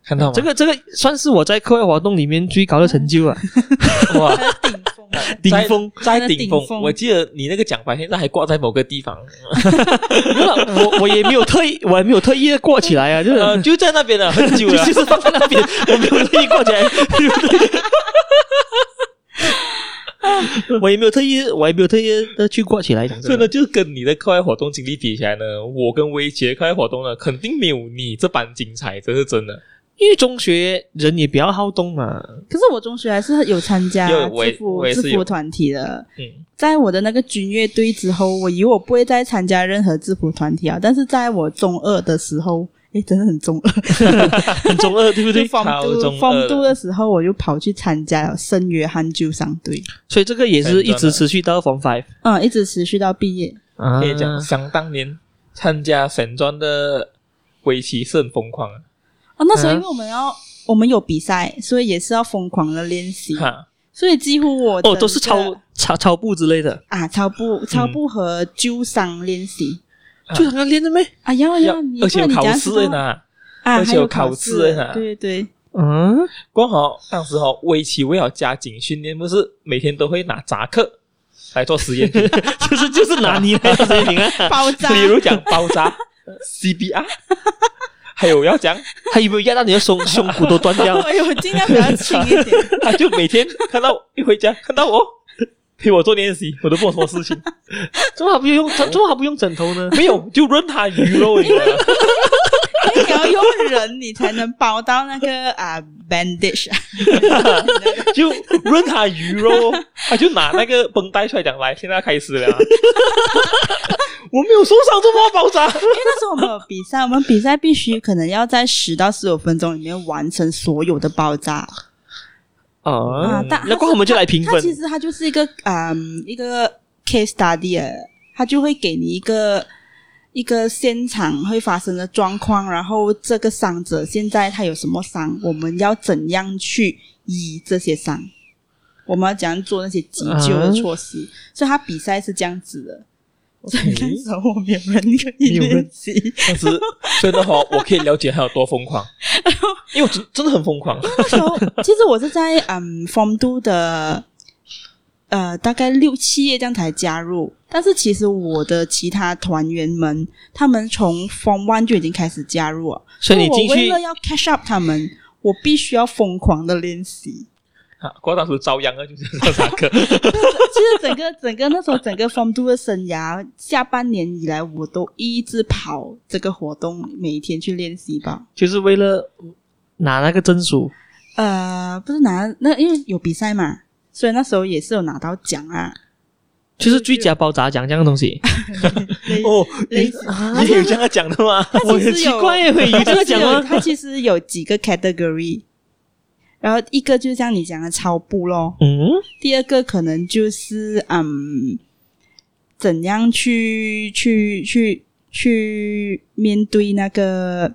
S1: 看到吗？
S2: 这个这个算是我在课外活动里面最高的
S1: (laughs)
S2: 成就啊，
S1: 个哇，
S3: 在 (laughs) 顶峰啊，
S2: 顶峰。
S1: 在
S3: 在
S1: 顶
S3: 顶
S1: 峰。
S3: 峰
S1: 我记得你那个奖牌现在还挂在某个地方，
S2: 没有啦我我也没有特意，我也没有特意的过起来啊，就是、
S1: 呃，就在那边了，很久
S2: (laughs) 就
S1: (laughs) 了
S2: 就。是放在那边，我没有特意过起
S1: (laughs)
S2: 来，对不对？我也没有特意，我也没有特意的去挂起来，讲
S1: 所以
S2: 真
S1: 呢，
S2: 的，
S1: 就是跟你的课外活动经历比起来呢，我跟威杰课外活动呢，肯定没有你这般精彩，这是真的。
S2: 因为中学人也比较好
S1: (laughs)
S2: 动嘛，
S3: 可是我中学还是有参加
S1: 有我也
S3: 制服
S1: 我也是
S3: 制
S1: 有
S3: 服团体的。
S1: 嗯，
S3: 在我的那个军乐队之后，我以为我不会再参加任何制服团体啊。但是在我中二的时候，诶，真的很中
S1: (laughs)
S3: 二，
S2: 很中二，对不
S3: 就
S2: 对？
S3: 防
S1: 超
S3: 都
S1: 中二
S3: 防
S1: 的
S3: 都的时候，我就跑去参加了圣约翰救伤队，
S2: 所以这个也是一直持续到 Form Five
S3: 嗯，一直持续到毕业。
S2: 啊
S1: 可以讲，想当年参加神庄的围棋是很疯狂啊，
S3: 哦，那时候
S2: 嗯
S3: 因为我们要我们有比赛，所以也是要疯狂的练习，
S1: 哈，
S3: 所以几乎我
S2: 哦，都是
S3: 整个
S2: 超超超步之类的，
S3: 啊，超
S1: 嗯
S3: 步、超步和纠伤练习、
S1: 啊
S2: 就刚刚练的咩？
S3: 啊，要
S1: 要
S3: 要，你
S1: 而且有
S3: 不然
S1: 考
S3: 你怎样
S1: 试
S3: 知道
S1: 的呢。
S3: 啊，
S1: 而且
S3: 还
S1: 有
S3: 有
S1: 考试
S3: 试
S1: 的啊
S3: 对对
S2: 嗯，
S1: 光好当时哦，围棋为了加紧训练，不是每天都会拿杂课来做实验
S2: (laughs)
S1: 品，
S2: 就是就是拿你
S1: (laughs)
S2: 来水平
S3: 对，
S2: 啊，
S3: 爆炸，
S1: 比如讲包扎、CBR，还有要讲
S2: 还有没有压到你的胸胸骨都断
S1: (laughs)
S2: 掉？
S3: (laughs) 哎呦，尽量比较轻一点。
S1: 他就每天看到一回家看到我陪我做练习，我都不懂什么事情，
S2: 怎么还不用？怎么还不用枕头呢？
S1: 没有就扔他鱼肉，你知道
S2: (laughs)
S1: 吗？
S3: 你要用人，你才能包到那个啊 bandage (laughs) 啊。
S1: 就扔他鱼肉哦，他就拿那个绷带出来讲，来，现在开始了啊，我没有受伤，这么包扎？
S3: 因为那时候我们有比赛，我们比赛必须可能要在十到十五分钟里面完成所有的爆炸。
S2: 啊，
S3: 啊，但
S2: 那过后我们就来评
S3: 它
S2: 分。
S3: 其实它就是一个嗯一个 case study，来的它就会给你一个一个现场会发生的状况，然后这个伤者现在他有什么伤，我们要怎样去医这些伤，我们要怎样做那些急救的措
S2: 啊
S3: 施，所以他比赛是这样子的。所以那时候我没有人可以
S2: 没有人
S3: 练习，
S1: 当时真的哈、我可以了解他有多疯狂，因为我真真的很疯狂。
S3: 那时候其实我是在嗯 Form Two 的呃大概六七月这样才加入，但是其实我的其他团员们，他们从 Form One 就已经开始加入了，
S2: (laughs) 所以你
S3: 我
S2: 进
S3: 为
S2: 去
S3: 了要 catch up 他们，我必须要疯狂的练
S2: (laughs)
S3: 习。
S1: 啊，过当时遭殃的就是这三个，
S3: 其实整个整个那时候整个 Form Two 的生涯，下半年以来我都一直跑这个活动，每天去练习吧。
S2: 就是为了拿那个证书，
S3: 呃，不是拿那因为有比赛嘛，所以那时候也是有拿到奖啊。
S2: 就是最佳包砸奖这样的东西。
S3: 类
S1: 哦，
S3: 类似
S1: 你也有这样讲的吗？
S2: 我很奇怪耶，会有这个
S3: 它其实
S2: 奖
S3: 有
S1: (laughs)
S2: 吗？
S3: 它其实有几个 category，然后一个就像你讲的超步咯，
S2: 嗯，
S3: 第二个可能就是嗯，怎样去去去去面对那个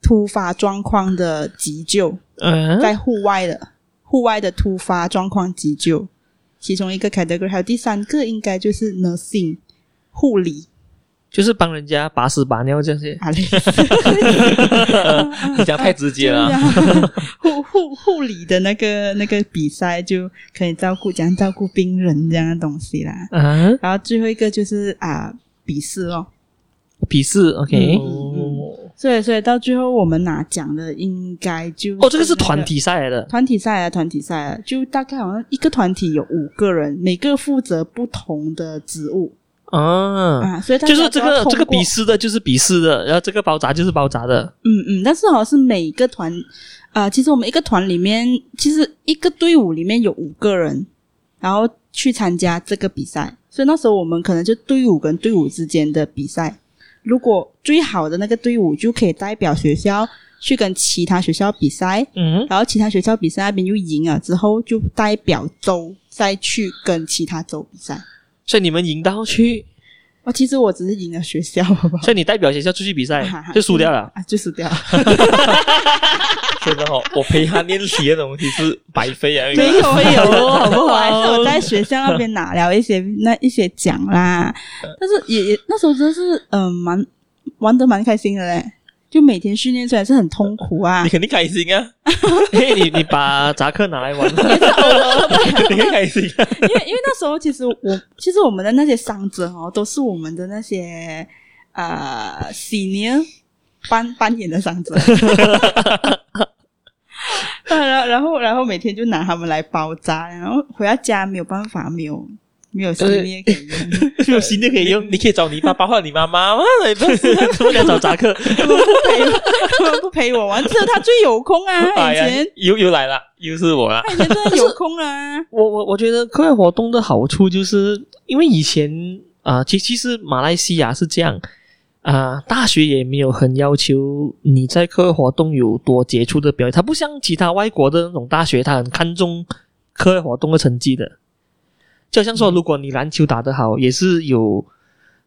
S3: 突发状况的急救，
S2: 嗯，
S3: 在户外的户外的突发状况急救，其中一个 category，还有第三个应该就是 nursing 护理
S2: 就是帮人家把屎把尿这些。
S3: 啊类似
S1: 你讲太直接了。
S3: 对啊护护护理的那个那个比赛就可以照顾怎样照顾病人这样的东西啦。
S2: 啊，
S3: 然后最后一个就是啊笔试哦，
S2: 笔试 OK，、
S3: 嗯所以所以到最后我们拿奖的应该就
S2: 哦，这个是团
S3: 那
S2: 体赛来的，
S3: 团体赛啊，团体赛啊，就大概好像一个团体有五个人，每个负责不同的职务
S2: 啊，
S3: 啊，所以大家
S2: 就是这
S3: 都
S2: 个
S3: 要通
S2: 这个
S3: 过
S2: 笔试的，就是笔试的，然后这个包砸就是包砸的， (laughs)
S3: 嗯嗯，但是好像是每一个团，呃，其实我们一个团里面，其实一个队伍里面有五个人，然后去参加这个比赛，所以那时候我们可能就队伍跟队伍之间的比赛，如果最好的那个队伍就可以代表学校去跟其他学校比赛，
S2: 嗯，
S3: 然后其他学校比赛那边就赢了之后，就代表州再去跟其他州比赛。
S2: 所以你们赢到去，
S3: 哦，其实我只是赢了学校，好不好？
S2: 所以你代表学校出去比赛就输掉了。
S3: 啊，就输掉了。
S1: 真的哦，我陪他练习的东西是白费
S2: (laughs)
S1: 啊，因
S3: 没
S1: 为
S3: 有没有哦，好
S2: 不好
S3: 我还是有在学校那边拿了一些那一些奖啦，
S2: 呃
S3: 但是也也那时候真的是嗯、呃蛮玩得蛮开心的嘞，就每天训练虽然是很痛苦啊
S1: 你，肯定开心啊，
S2: 因为你你把扎克拿来玩， (laughs)
S1: 你肯定开心啊。
S3: 因为因为那时候其实我其实我们的那些伤者哦，都是我们的那些呃 senior 扮扮演的伤者。啊 (laughs) 然后，然后，然后每天就拿他们来包扎，然后回到家没有办法，没有没有系列可以用，
S1: 有新的可以用，你可以找你爸爸或者你妈妈嘛，你不是？
S2: 怎么要找扎克？
S3: 他们不陪我，他们不陪我玩，只有他最有空啊！他
S1: (laughs) 哎
S2: (laughs)
S3: 以
S1: 呀
S3: 前，
S1: 又又来了，又是我了
S3: 他。以前真的有空啊，
S2: 我我我觉得课外活动的好处就是，因为以前啊，其、其实马来西亚是这样啊、大学也没有很要求你在课外活动有多杰出的表现，它不像其他外国的那种大学，它很看重课外活动的成绩的。就好像说，如果你篮球打得好，也是有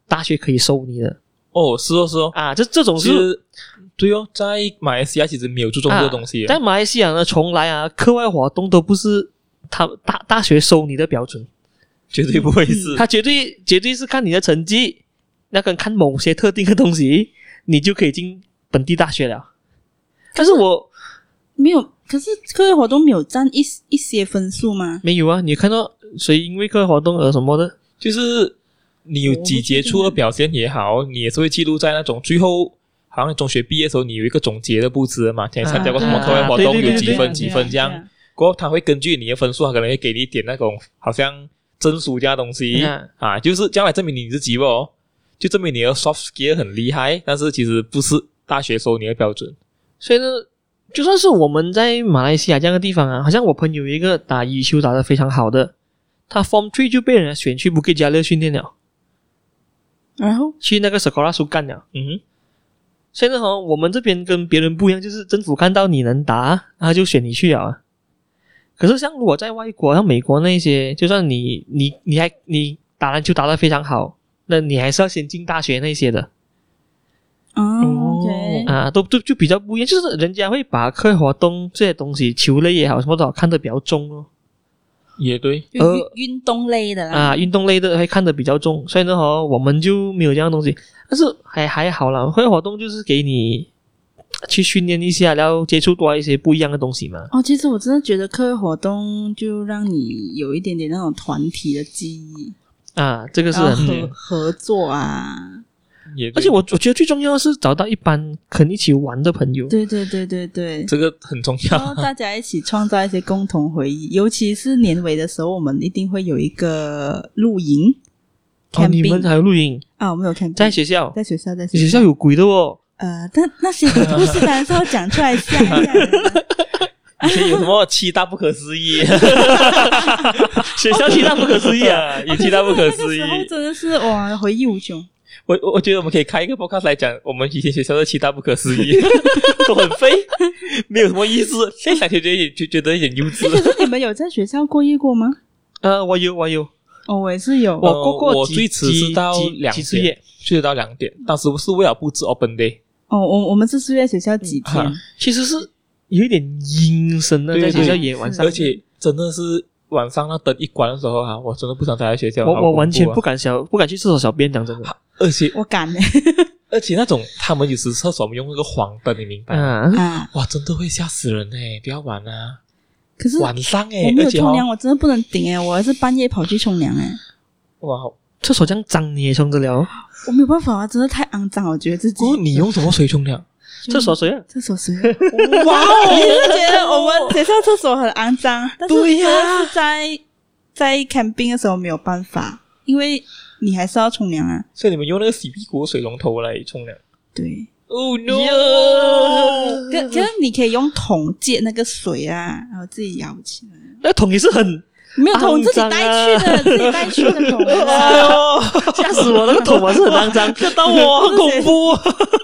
S2: 大学可以收你的
S1: 哦，是哦是哦，
S2: 啊。这这种
S1: 其
S2: 是
S1: 实对哦，在马来西亚其实没有注重这个东西，啊
S2: 在马来西亚呢，从来啊，课外活动都不是他大大学收你的标准。
S1: 绝对不会是。
S2: 他绝对绝对是看你的成绩，那跟看某些特定的东西，你就可以进本地大学了。但是我
S3: 没有。可是课外活动没有占一一些分数吗？
S2: 没有啊，你看到谁因为课外活动而什么的？
S1: 就是你有几杰出的表现也好，你也是会记录在那种最后，好像中学毕业的时候，你有一个总结的布置的嘛，像你参加过什么课外活动，
S2: 啊对对
S1: 有几
S2: 对
S1: 分几分这样。过后他会根据你的分数，他可能会给你一点那种好像证书这样的东西、
S2: 嗯
S1: 啊，就是将来证明你自己哦，就证明你的 soft skill 很厉害，但是其实不是大学收你的标准。
S2: 所以呢，就算是我们在马来西亚这样的地方啊，好像我朋友有一个打羽球打得非常好的，他 Form Three 就被人家选去布吉加勒训练了，啊
S3: 然后
S2: 去那个 Sekolah 苏干了。
S1: 嗯
S2: 所以呢，哈，我们这边跟别人不一样，就是政府看到你能打，他就选你去了啊。可是像如果在外国，像美国那些，就算你你你还你打篮球打得非常好，那你还是要先进大学那些的
S3: 哦，OK，
S2: 啊，都都就比较不一样，就是人家会把课外活动这些东西，球类也好，什么都好看得比较重哦。
S1: 哼，也对。
S3: 就运
S2: 呃
S3: 运动类的啦。
S2: 啊，运动类的会看得比较重，所以啊呢，哈，我们就没有这样的东西。但是还还好啦，会活动就是给你去训练一下，然后接触多一些不一样的东西嘛。
S3: 哦，其实我真的觉得课外活动就让你有一点点那种团体的记忆，
S2: 啊，这个是
S3: 然后
S2: 很
S3: 合合作啊，
S1: 也对
S2: 而且我我觉得最重要的是找到一帮肯一起玩的朋友。
S3: 对对对对
S2: (laughs)
S3: 对。
S1: 这个很重
S3: 然后
S1: 要，
S3: 大家一起创造一些共同回忆，尤其是年尾的时候，我们一定会有一个露营
S2: 哦，你们
S3: camping
S2: 还有露营，
S3: 啊，我们有 camping
S2: 在学校，
S3: 在学校在
S2: 学校有鬼的哦。
S3: 呃，但那些故事当然是要讲出来吓一吓人
S2: (laughs)
S3: 的。
S1: 以前有什么七大不可思
S3: (laughs)
S1: 议，
S2: 学校七大不可思议
S1: (laughs)
S2: 啊！
S1: 啊，也七大不可思议
S3: (laughs) 那。个时候真的哦是哇，回忆无穷。 (laughs)
S1: 我我我觉得我们可以开一个 podcast 来讲我们以前学校的七大不可思议， (laughs) 都很废，没有什么意
S3: (laughs)
S1: 思。现在想起就有点就觉得有点幼稚
S3: 哎，。可是你们有在学校过夜过吗？
S2: 呃，我有，我有，
S3: 哦，我也是有。
S1: 我
S2: 我过过
S1: 呃我
S2: 几
S1: 最迟
S2: 几
S1: 是到
S2: 几
S1: 两
S2: 几次
S1: 点
S2: 夜，
S1: 睡到两点，当时是为了布置 open day，
S3: 哦，我我们是住在学校几天
S1: 嗯啊，
S2: 其实是有一点阴森的，
S1: 对
S2: 在学校
S1: 对
S2: 夜晚上
S1: 而。且真的是晚上那灯一关的时候啊，我真的不想待在学校，
S2: 我
S1: 好
S2: 我
S1: 恐
S2: 完全
S1: 怖啊
S2: 不敢小不敢去厕所小便，讲真的。
S1: 而且
S3: 我敢呢
S1: 而且那种他们有时厕所我们用那个黄灯，你明白吗？
S3: (laughs)
S2: 嗯，
S3: 啊！
S1: 哇，真的会吓死人哎、不要玩啊，
S3: 可是我
S1: 晚上哎、
S3: 没
S1: 而
S3: 有
S1: 且
S3: 冲
S1: 哦
S3: 凉，我真的不能顶哎！我还是半夜跑去冲凉哎，
S1: 哇，
S2: 厕所这样脏你也冲得了？
S3: 我没有办法啊，真的太肮脏了，我觉得自己
S1: 不。哦过你用什么水冲凉？
S3: 就
S2: 厕所谁啊？
S3: 厕
S1: (laughs)
S3: 所水，哇哦！你是觉得我们学校厕所很肮脏？但是
S1: 对呀
S3: 真的是在在 camping 的时候没有办法，因为你还是要冲凉啊。
S1: 所以你们用那个洗屁股的水龙头来冲凉
S3: 对，
S1: ？Oh 呃
S3: 可可是你可以用桶借那个水啊，然后自己舀起来。
S2: 那桶也是很
S3: 没有桶，
S2: 肮
S3: 自己
S2: 脏
S3: 带
S2: 啊
S3: 去的，自己带去的桶
S1: (laughs) 哎
S3: 啊。
S1: 呦，
S2: 吓死我，那个桶啊是很肮脏，吓到我，
S3: 很恐
S2: 怖。 (laughs)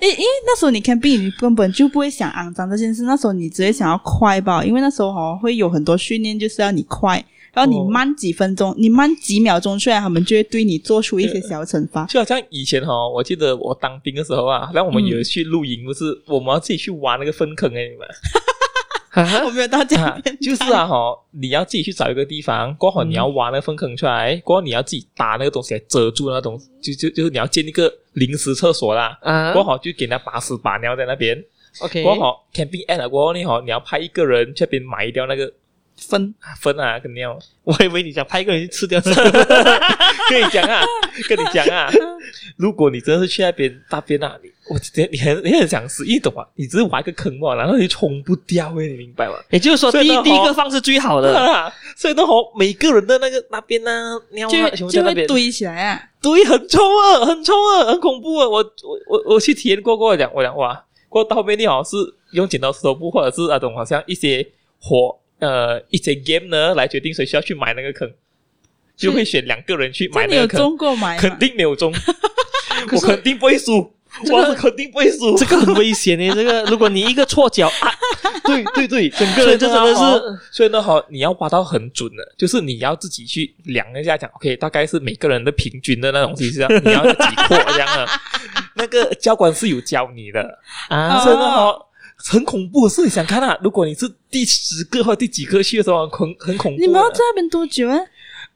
S3: 因因为那时候你 camping，你根本就不会想肮脏这件事，那时候你只会想要快吧，因为那时候哦会有很多训练就是要你快，然后你
S1: 哦
S3: 慢几分钟，你慢几秒钟，虽然他们就会对你做出一些小惩
S1: (laughs)
S3: 罚。
S1: 就好像以前哈，我记得我当兵的时候啊，然后我们
S3: 嗯
S1: 有去露营，不是我们要自己去挖那个粪坑哎，你们。
S3: 我没有到这
S1: 啊
S3: 样，
S1: 就是啊哈，你要自己去找一个地方，过后
S2: 嗯
S1: 你要挖那个粪坑出来，过后你要自己搭那个东西来遮住那东西，就就就是你要建一个临时厕所啦。
S2: 啊
S1: 过后就给他把屎把尿在那边，
S2: ，OK，
S1: 过后 camping end 了过后呢，哈，你要派一个人去那边埋掉那个
S3: 分
S1: 粪啊跟尿。
S2: (laughs) 我以为你想拍一个人去吃掉这个，
S1: 跟你讲啊，跟你讲啊，如果你真的是去那边那边那里，我直接你很你很想死，你懂吗？你只是挖一个坑嘛，然后你冲不掉诶，你明白吗？
S2: (laughs) 也就是说
S1: 所以
S2: 第
S1: 呢
S2: 一第一
S1: 好
S2: 个放是最好的。
S1: 啊， (laughs) 所以那吼，每个人的那个那边呢、尿啊，全
S3: 就
S1: 部在
S3: 就
S1: 那
S3: 会
S1: 边，
S3: 堆起来啊。
S1: 对，很臭啊，很臭啊，很恐怖啊！我我我我去体验过，过我讲我讲哇，过到后面你好像是用剪刀石头布，或者是那种好像一些火呃一些 game 呢来决定谁需要去埋那个坑，就会选两个人去
S3: 这
S1: 埋
S3: 样你
S1: 那
S3: 有
S1: 个坑，
S3: 中过买吗？
S1: 肯定没
S2: (laughs)
S1: 有中，我
S2: 是
S1: 肯定不会输，
S2: 这个
S1: 我是肯定不会输，
S2: (laughs) 这个很危险欸的，这个如果你一个错脚 (laughs) 啊，对对对，整个
S1: 所以
S2: 人就哦真的是
S1: 是，所以呢，哈，你要挖到很准的，就是你要自己去量一下，讲 OK，大概是每个人的平均的那种东西是要你要有几阔这样
S2: (laughs)
S1: 的。那个教官是有教你的，
S2: 啊，
S1: 所以呢，哈，很恐怖。是你想看啊，如果你是第十个或第几个去的时候，很很恐怖的。
S3: 你们要在那边多久啊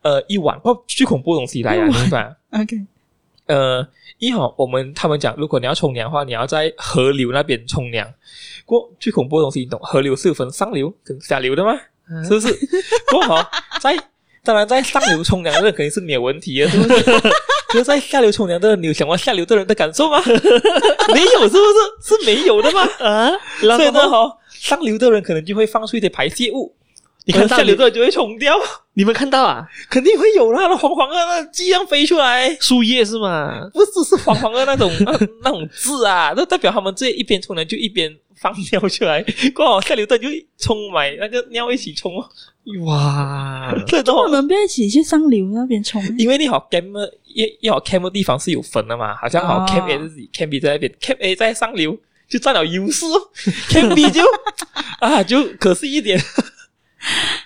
S1: 呃一晚，不最恐怖的东西来呀、
S3: 一
S1: 啊，
S3: 晚
S1: 明白？
S3: ？OK，
S1: 呃，一哈，我们他们讲，如果你要冲凉的话，你要在河流那边冲凉。过最恐怖的东西，你懂？河流是有分上流跟下流的吗？
S2: 嗯
S1: 是不是？不过好，在当然在上流冲凉的人肯定是没有
S2: (laughs)
S1: 问题的，是不是？可是在下流冲凉的人，你有想过下流的人的感受吗？没有，是不是？是没有的吗？
S2: (laughs) 啊，
S1: 所以
S2: 然
S1: 呢，
S2: 后
S1: 哈，上流的人可能就会放出一些排泄物，
S2: 你看
S1: 可能
S2: 到
S1: 下流的
S2: 你
S1: 人就会冲
S2: (laughs)
S1: 掉，
S2: 你们看到啊，
S1: 肯定会有啦，那黄黄的那鸡样飞出来。
S2: 树叶是吗？
S1: 不是是黄黄的那种 (laughs) 那那种字啊，那代表他们这一边冲凉就一边放尿出来，刚好下流段就冲埋那个尿一起冲哦，
S2: 哇，
S3: 嗯
S1: 这都
S3: 我们不要一起去上流那边冲啊。
S1: 因为你好 cam 也也好 cam 的地方是有分的嘛，好像好
S3: 哦
S1: cam A 自己 cam B 在那边，cam A 在上流就占了优势 (laughs) 哦，cam B 就啊就可惜一点，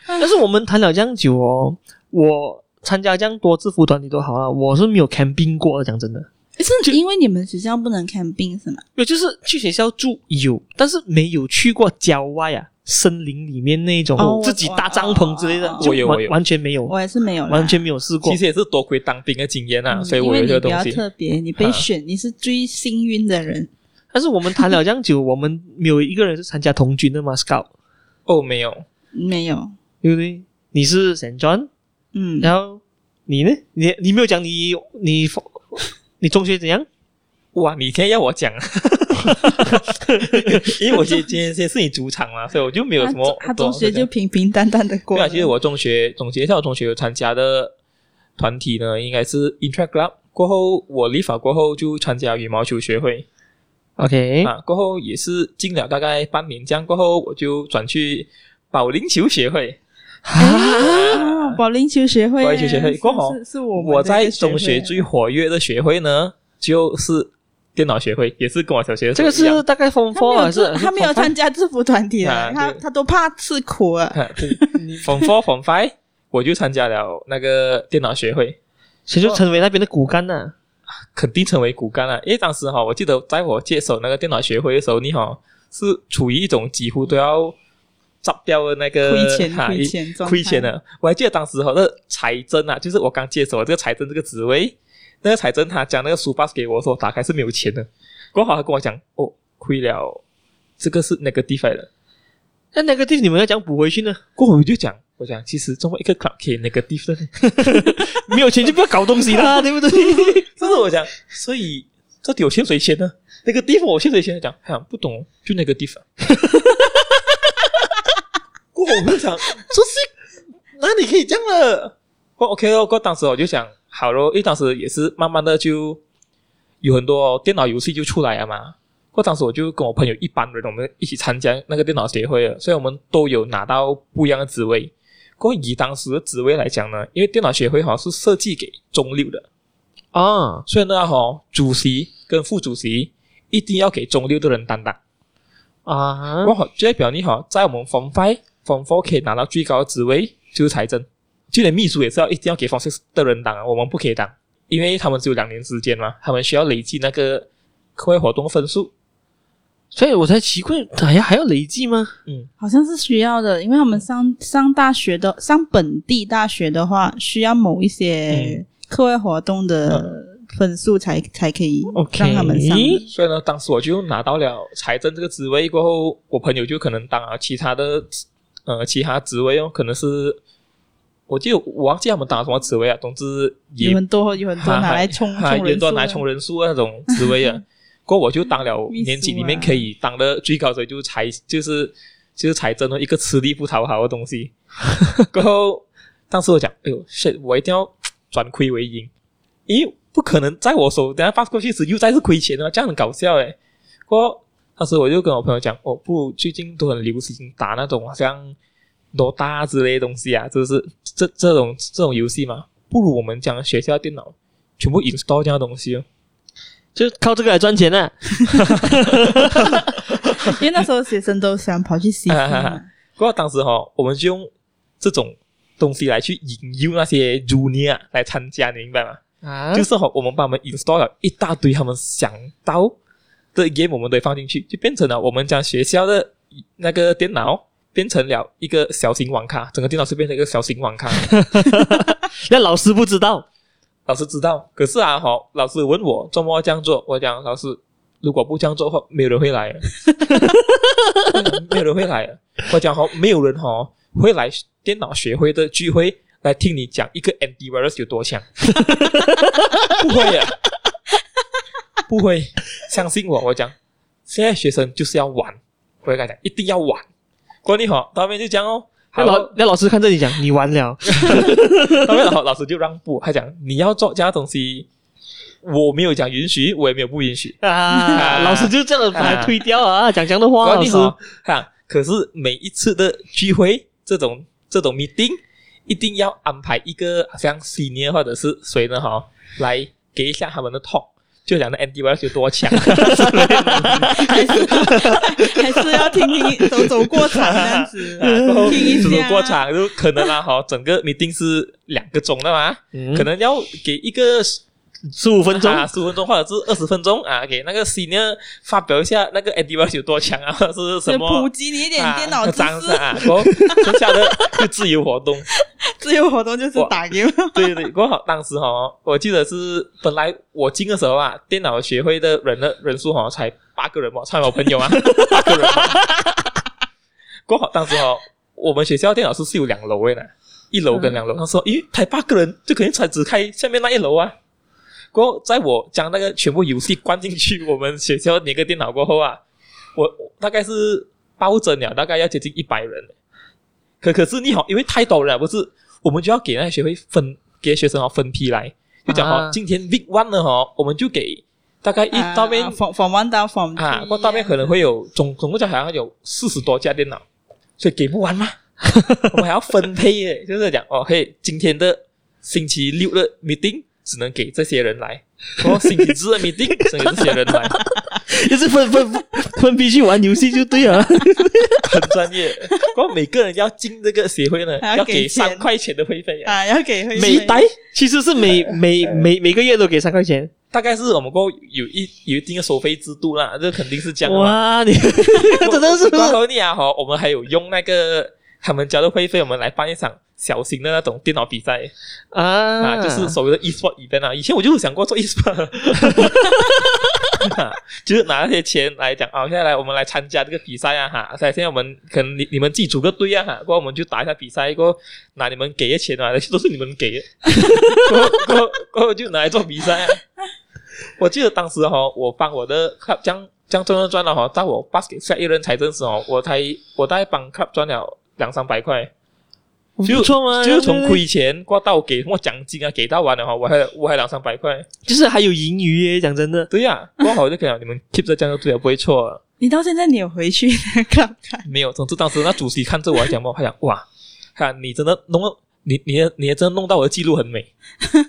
S2: 但是我们谈了这样久哦，我参加这样多制服团体都好了，啊我是没有 camping 过的，讲真的。
S3: 是因为你们学校不能 camping 是吗？
S2: 有就是去学校住有，但是没有去过郊外啊，森林里面那种、
S3: 哦我
S2: 自己搭帐篷之类的
S3: 我，
S2: 就
S1: 我有
S2: 完
S1: 我有
S2: 完全没哦有，
S3: 我也是没有啦，
S2: 完全没有试过
S1: 其。实也是多亏当兵的经验啊，
S3: 嗯
S1: 所以
S3: 因
S1: 我
S3: 为
S1: 有
S3: 你
S1: 这个
S3: 比
S1: 东
S3: 较
S1: 西。
S3: 特别，你被
S1: 啊
S3: 选，你是最幸运的人。
S2: 但是我们谈了这样久，我们没有一个人是参加童军的嘛，Scout，
S1: 哦，没有，
S3: 没有，
S2: 对不对？你是 Saint John，
S3: 嗯，
S2: 然后你呢？你你没有讲你你你中学怎样？
S1: 哇，你今天要我
S2: (laughs)
S1: 讲，因为我今今天先是你主场嘛，所以我就没有什么。
S3: 他他中学就平平淡淡的过
S1: 没有，
S3: 了。
S1: 啊其实我中学总结一下，我中学有参加的团体呢，应该是 Intra Club。过后我立法过后就参加羽毛球学会
S2: OK，、
S1: 啊，过后也是进了大概半年这样，过后我就转去保龄球协会。
S3: 啊，保龄球学会，
S1: 保龄球协会
S3: 是
S1: 过后
S3: 是是我们
S1: 我
S3: 的一
S1: 在
S3: 个
S1: 中学
S3: 会啊
S1: 最活跃的学会呢，就是电脑学会，也是跟我小学的时
S2: 这
S1: 候
S2: 个
S1: 一样
S2: 是大概
S3: 他
S2: Form
S3: 没
S2: Four 啊
S3: 有
S2: 还是
S3: 自他没有参加制服团体
S1: 啊
S3: 的，他
S1: 对
S3: 他都怕吃苦啊。
S1: (laughs) 啊对，Form Four Form Five，我就参加了那个电脑学会，
S2: 谁就成为那边的骨干呐、
S1: 肯定成为骨干了。因为当时哈，我记得在我接手那个电脑学会的时候，你哈是处于一种几乎都要砸掉的那个
S3: 亏钱
S1: 哈
S3: 亏
S1: 一
S3: 钱状态
S1: 亏钱的。我还记得当时哈，那个财政啊，就是我刚接手这个财政这个职位，那个财政他将那个书包给我说，打开是没有钱的。过后他跟我讲，哦，亏了，这个是那个地方的。
S2: 那那个地方你们要讲补回去呢？
S1: 过后我就讲，我讲其实这么一个 club 可以那个地方。
S2: 没有钱就不要搞东
S3: (laughs)
S2: 西啦，对不对？
S1: 这是我讲，所以到底有欠谁钱呢？那个地方我欠谁钱？讲，哎呀，不懂，就那个地方。 (laughs) 过后我就想，这是哪里可以这样了？过 OK 哦，过后当时我就想，好咯，因为当时也是慢慢的就有很多哦电脑游戏就出来了嘛。过后当时我就跟我朋友一班人，我们一起参加那个电脑协会了，所以我们都有拿到不一样的职位。过后以当时的职位来讲呢，因为电脑协会好像是设计给中六的，
S2: 啊，
S1: 所以呢，哈、主席跟副主席一定要给中六的人担当。
S2: 啊
S1: 我好就代表你哈，在我们 Form Five、Form Four 可以拿到最高的职位就是财政，就连秘书也是要一定要给 Form Six 的人当，啊我们不可以当，因为他们只有两年时间嘛，他们需要累计那个课外活动分数。
S2: 所以我才奇怪，还要还要累计吗？
S3: 好像是需要的，因为我们上上大学的上本地大学的话，需要某一
S1: 嗯
S3: 些课外活动的分数才、才可以
S2: OK
S3: 让他们上的。
S1: 所以呢，当时我就拿到了财政这个职位过后，我朋友就可能当了其他的呃其他职位哦，可能是我记得我忘记他们当了什么职位啊，总之也
S3: 有很多有很多
S1: 哈
S3: 拿
S1: (laughs)
S3: 来
S1: 哈
S3: 冲
S1: 哈
S3: 冲
S1: 有
S3: 人
S1: 很多
S3: 数啊
S1: 拿来
S3: 的，
S1: 啊冲人数的那种职位啊。过后我就当了
S3: 秘
S1: 年级
S3: 书
S1: 里面
S3: 啊
S1: 可以当的最高的，就是财就是就是财政的一个吃力不讨好的东西。 (laughs) 过后当时我讲，哎呦，shit，我一定要转亏为盈，因为不可能在我手等下发过去时又再次亏钱了，这样很搞笑诶。过后当时我就跟我朋友讲，哦，不如最近都很流行打那种好像罗大之类的东西啊，就是这这种这种游戏嘛，不如我们将学校电脑全部 install 这样的东西哦。
S2: 就靠这个来赚钱啊呢、
S3: (laughs) 因为那时候学生都想跑去西方
S1: 啊哈哈
S3: 嘛
S1: 哈。不过当时哈、我们就用这种东西来去引诱那些 junior 来参加，你明白吗？
S2: 啊？
S1: 就是哈、我们帮他们 install 了一大堆他们想到的 game，我们都放进去，就变成了我们将学校的那个电脑变成了一个小型网咖，整个电脑是变成一个小型网咖。
S2: 那老师不知道
S1: 老师知道，可是啊，哈，老师问我怎么这样做，我讲老师，如果不这样做的话，没有人会
S2: (laughs)
S1: 来的，啊嗯没有人会来的。啊我讲哈，没有人哈会来电脑学会的聚会来听你讲一个 antivirus 有多强， (laughs) 不会的，不会，相信我，我讲，现在学生就是要玩，我就跟他讲，一定要玩。关你好，到后面就讲哦，
S2: 那
S1: 好
S2: 老那老师看着你讲，你完了，
S1: (laughs) 后面老老师就让步，他讲你要做这样东西，我没有讲允许，我也没有不允许。 (laughs)
S2: 啊，老师就这样把他推掉啊，讲讲的
S1: 不
S2: 话，
S1: 过
S2: 老
S1: 你哦
S2: 师
S1: 好哈，可是每一次的聚会，这种这种 meeting 一定要安排一个好像 senior 或者是谁呢哈，来给一下他们的 talk，就讲那 Andy 有多
S3: (laughs)
S1: 强。
S3: 还是还是要听听走走过场这
S1: (laughs)
S3: 样子，
S1: 然后
S3: 听一
S1: 嗯走
S3: 下。
S1: 过场就可能啊，哈，整个 meeting 是两个钟的嘛，
S2: 嗯
S1: 可能要给一个
S2: 十五分钟
S1: 啊，十五分钟或者是二十分钟啊，给那个 senior 发表一下那个 antivirus 有多强啊， (laughs) 或者是
S3: 所
S1: 什
S3: 以普
S1: 么
S3: 及你一点
S1: 啊
S3: 电脑知
S1: 脏
S3: 识 (laughs)
S1: 啊，然后剩下的就自由活动。
S3: 自由活动就是
S1: 哇
S3: 打 game，
S1: 对对对，过好当时哈、我记得是本来我进的时候啊，电脑学会的人的人数哈、才八个人嘛，才我朋友啊， (laughs) 八个人嘛。过好当时哈、我们学校电脑室是有两楼的呢，一楼跟两楼。啊他说，咦，才八个人，就肯定才只开下面那一楼啊。过后，在我将那个全部游戏关进去我们学校那个电脑过后啊，我我大概是暴增了，大概要接近一百人。可可是你好，因为太多人了，不是，我们就要给那些学会分给学生哦分批来，就讲哦，
S2: 啊
S1: 今天 week one 呢哦，我们就给大概一到面
S3: from from 啊 one 到 from
S1: 啊，
S3: three
S1: 过到面可能会有总总共就好像有四十多架电脑，所以给不
S3: (laughs)
S1: 完嘛，我们还要分配耶，就是讲哦，嘿，今天的星期六的 meeting 只能给这些人来，然后星期日的 meeting 只能给这些人
S3: (laughs)
S1: 来，
S2: 就是分分分批去玩游戏就对了。 (laughs)
S1: 很专业。过后每个人要进这个协会呢，
S3: 还要
S1: 要
S3: 给
S1: 给三
S3: 钱
S1: 块钱的会费耶，
S3: 啊，要给会
S1: 每
S3: 费
S1: 一代。
S2: 其实是每每每每个月都给三块钱。
S1: 大概是我们过后有一有一定的收费制度啦，这肯定是这样的嘛。
S2: 哇，你 (laughs) 真的是不
S1: 光
S2: 是？
S1: 头你啊哈，我们还有用那个他们交的会费，我们来办一场小型的那种电脑比赛
S2: 啊
S1: 啊，就是所谓的 e-sport event 啊。以前我就有想过做 e-sport，啊就是拿那些钱来讲啊，现在来我们来参加这个比赛啊哈。所以现在我们可能你你们自己组个队啊哈，过后我们就打一下比赛，过后拿你们给的钱啊，那些都是你们给的， (laughs) 过后过后过后就拿来做比赛、啊。我记得当时哈、哦，我帮我的 club 这样这样赚赚赚了哈、到我 basket 下一任才认识哦，我才我大概帮 club 赚了两三百块，
S2: 不错嘛，
S1: 就是从
S2: 对不对，
S1: 亏钱挂到给什么奖金啊，给到完了哈、我还我还两三百块，
S2: 就是还有盈余耶。讲真的，
S1: 对
S2: (laughs)
S1: 呀、挂好就可以了，你们 keep 着这样就对了，不会错了。
S3: 你到现在你有回去那个看？ (laughs)
S1: 没有，总之当时那主席看着我还讲嘛，他讲哇，看你真的弄到你你的你的真的弄到我的记录很
S2: (laughs)
S1: 美，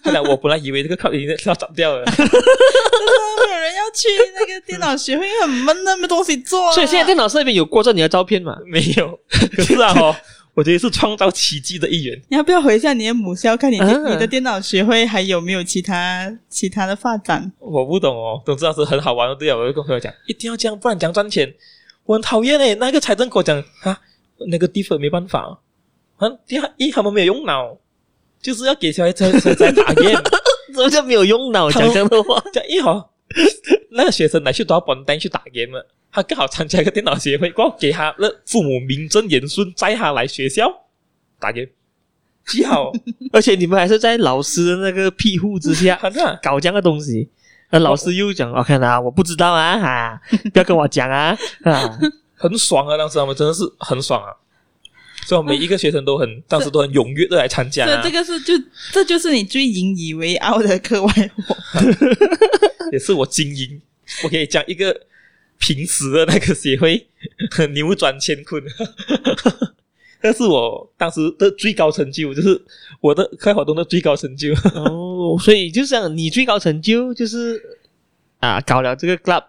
S1: 他讲我本来以为这个 club 已经要涨掉了， (laughs)
S3: 没有人要去那个电脑学会，很闷，那没东西做啊。
S2: 所以现在电脑室那边有过着你的照片
S1: (laughs)
S2: 嘛？
S1: 没有，可
S2: (laughs)
S1: 是啊哈、哦，我觉得是创造奇迹的一员。
S3: 你要不要回一下你的母校，看你的、
S1: 嗯
S2: 啊
S3: 你的电脑学会还有没有其他其他的发展？
S1: 我不懂哦，总之当时很好玩哦。对啊，我就跟朋友讲，一定要这样，不然讲赚钱，我很讨厌欸诶。那个财政给我讲啊，那个地方没办法，啊，第二一他们没有用脑，就是要给小孩子在在打 game， (laughs)
S2: 怎么叫没有用脑
S1: 他
S2: 讲
S1: 们
S2: 这样的话？
S1: 这样一好，那个学生来去都要本单去打 game 了，他刚好参加一个电脑协会，过后给他的父母名正言顺载他来学校打 game，极 (laughs) 好，
S2: (laughs) 而且你们还是在老师的那个庇护之
S1: (laughs)
S2: 下
S1: 反正啊
S2: 搞这样的东西。那老师又讲，OK 啦，我不知道啊，哈、不要跟我讲啊，啊，
S1: 很爽啊，当时他们真的是很爽啊。所以每一个学生都很，当时都很踊跃的来参加、
S3: 这
S1: 啊。
S3: 这个是就这就是你最引以为傲的课外活。
S1: 也是我精英。我可以讲一个平时的那个协会 (laughs) 扭转乾坤， (laughs) 那是我当时的最高成就，就是我的开活动的最高成就。 (laughs)
S2: 哦，所以就像你最高成就就是啊，搞了这个 club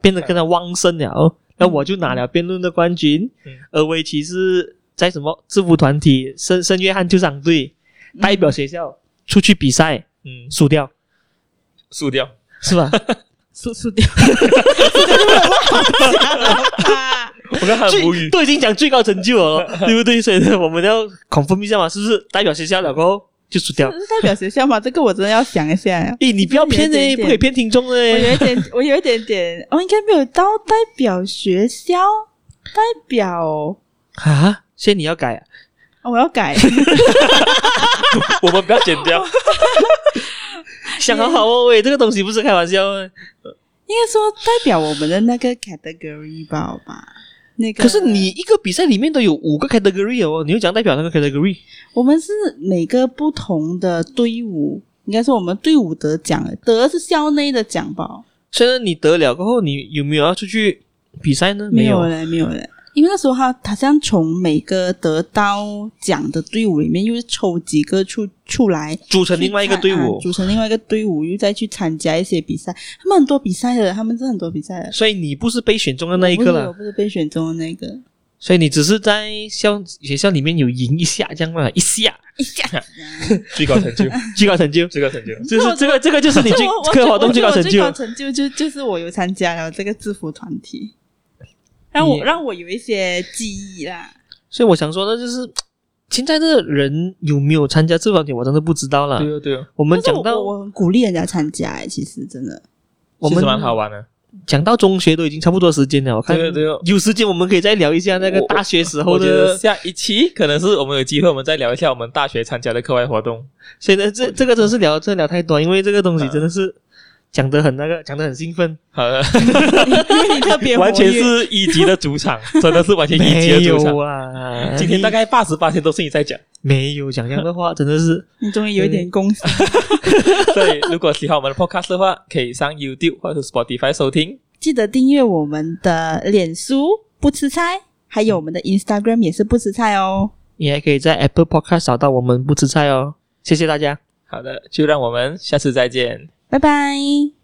S2: 变得更加旺盛了，那我就拿了辩论的冠军
S1: 嗯，
S2: 而围棋是在什么制服团体圣圣约翰救伤队代表学校出去比赛
S1: 嗯，
S2: 输掉
S1: 输掉。
S2: 是
S1: (laughs)
S2: 吧？
S3: 输输掉， (laughs)
S1: 我刚才很无
S2: 最
S1: 语。
S2: 都已经讲最高成就
S1: (laughs)
S2: 了咯，对不对？所以呢，我们要 confirm 一下嘛，是不是代表学校了过后就输
S1: (laughs)
S2: 掉
S3: 这？是代表学校吗？这个我真的要想一下呀。
S2: 诶，你不要
S3: 有一
S2: 骗呢，
S3: 点点
S2: 不可以骗听众
S3: 我
S2: 欸呢。
S3: 有一点，我有一点点，哦我、应该没有到代表学校，代表、
S2: 啊，现在你要改
S1: (laughs)
S2: 啊？
S3: 哦我要改。
S1: 我们不要剪掉。
S2: 想好好哦，喂，这个东西不是开玩笑哦的。
S3: 应该说代表我们的那个 category 吧吧。那个
S2: 可是你一个比赛里面都有五个 category 哦，你又讲代表那个 category
S3: 我们是每个不同的队伍，应该说我们队伍得奖了，得是校内的奖吧？
S2: 虽然你得了过后，你有没有要出去比赛呢？有
S3: 有，嘞，没有嘞。因为那时候他好像从每个得到奖的队伍里面，又是抽几个出出来，
S2: 组成另外一个队
S3: 去参
S2: 伍
S3: 啊，组成另外一个队伍，又再去参加一些比赛。他们很多比赛的，他们是很多比赛的。
S2: 所以你不是被选中的那一
S3: 我不
S2: 个
S3: 是啊我
S2: 了，
S3: 不是被选中的那个。
S2: 所以你只是在校学校里面有赢一下这样嘛，一下
S1: 最高成就，
S2: 最高
S3: (laughs)
S2: 成就，
S1: 最高成就。
S2: 就是这个这个就是你最
S3: 我我
S2: 课活动最
S3: 觉得我
S2: 高成
S3: 最
S2: 就
S3: 高。成就就就是我有参加了这个制服团体，让我
S2: 你
S3: 让我有一些记忆啦。
S2: 所以我想说呢，就是现在的人有没有参加这方面，我真的不知道啦。
S1: (laughs) 对啊对啊，
S2: 我们
S3: 但是
S2: 讲到
S3: 我我很鼓励人家参加、欸，其实真
S2: (laughs)
S3: 的
S2: 我
S1: 其
S2: 们
S1: 实蛮好玩的。
S2: 讲到中学都已经差不多时间了，我看
S1: 对啊对啊
S2: 有时间我们可以再聊一下那个
S1: 我
S2: 大学时候
S1: 我觉得
S2: 的。
S1: 下一期可能是我们有机会，我们再聊一下我们大学参加的课外活动。
S2: 所以呢，这这个真是聊这聊太多，因为这个
S1: 啊
S2: 东西真的是讲得很那个，讲得很兴奋。
S1: 好的，
S3: 因为你特别
S1: (laughs)
S3: 活跃
S1: 完全是一级的主
S2: (laughs)
S1: 场，真的是完全一级的
S2: 没
S1: 主
S2: 有
S1: 场。
S2: 啊，
S1: 今天大概八十八天都是你在讲，
S2: (laughs) 没有讲这样的话，真的是
S3: 你终于有一
S2: 嗯
S3: 点功夫。
S1: 所以如果喜欢我们的 podcast 的话，可以上 YouTube 或者是 Spotify 收听。
S3: 记得订阅我们的脸书不吃菜，还有我们的 Instagram 也是不吃菜哦。
S2: 你还可以在 Apple Podcast 找到我们不吃菜哦。谢谢大家。
S1: 好的，就让我们下次再见。
S3: 拜拜。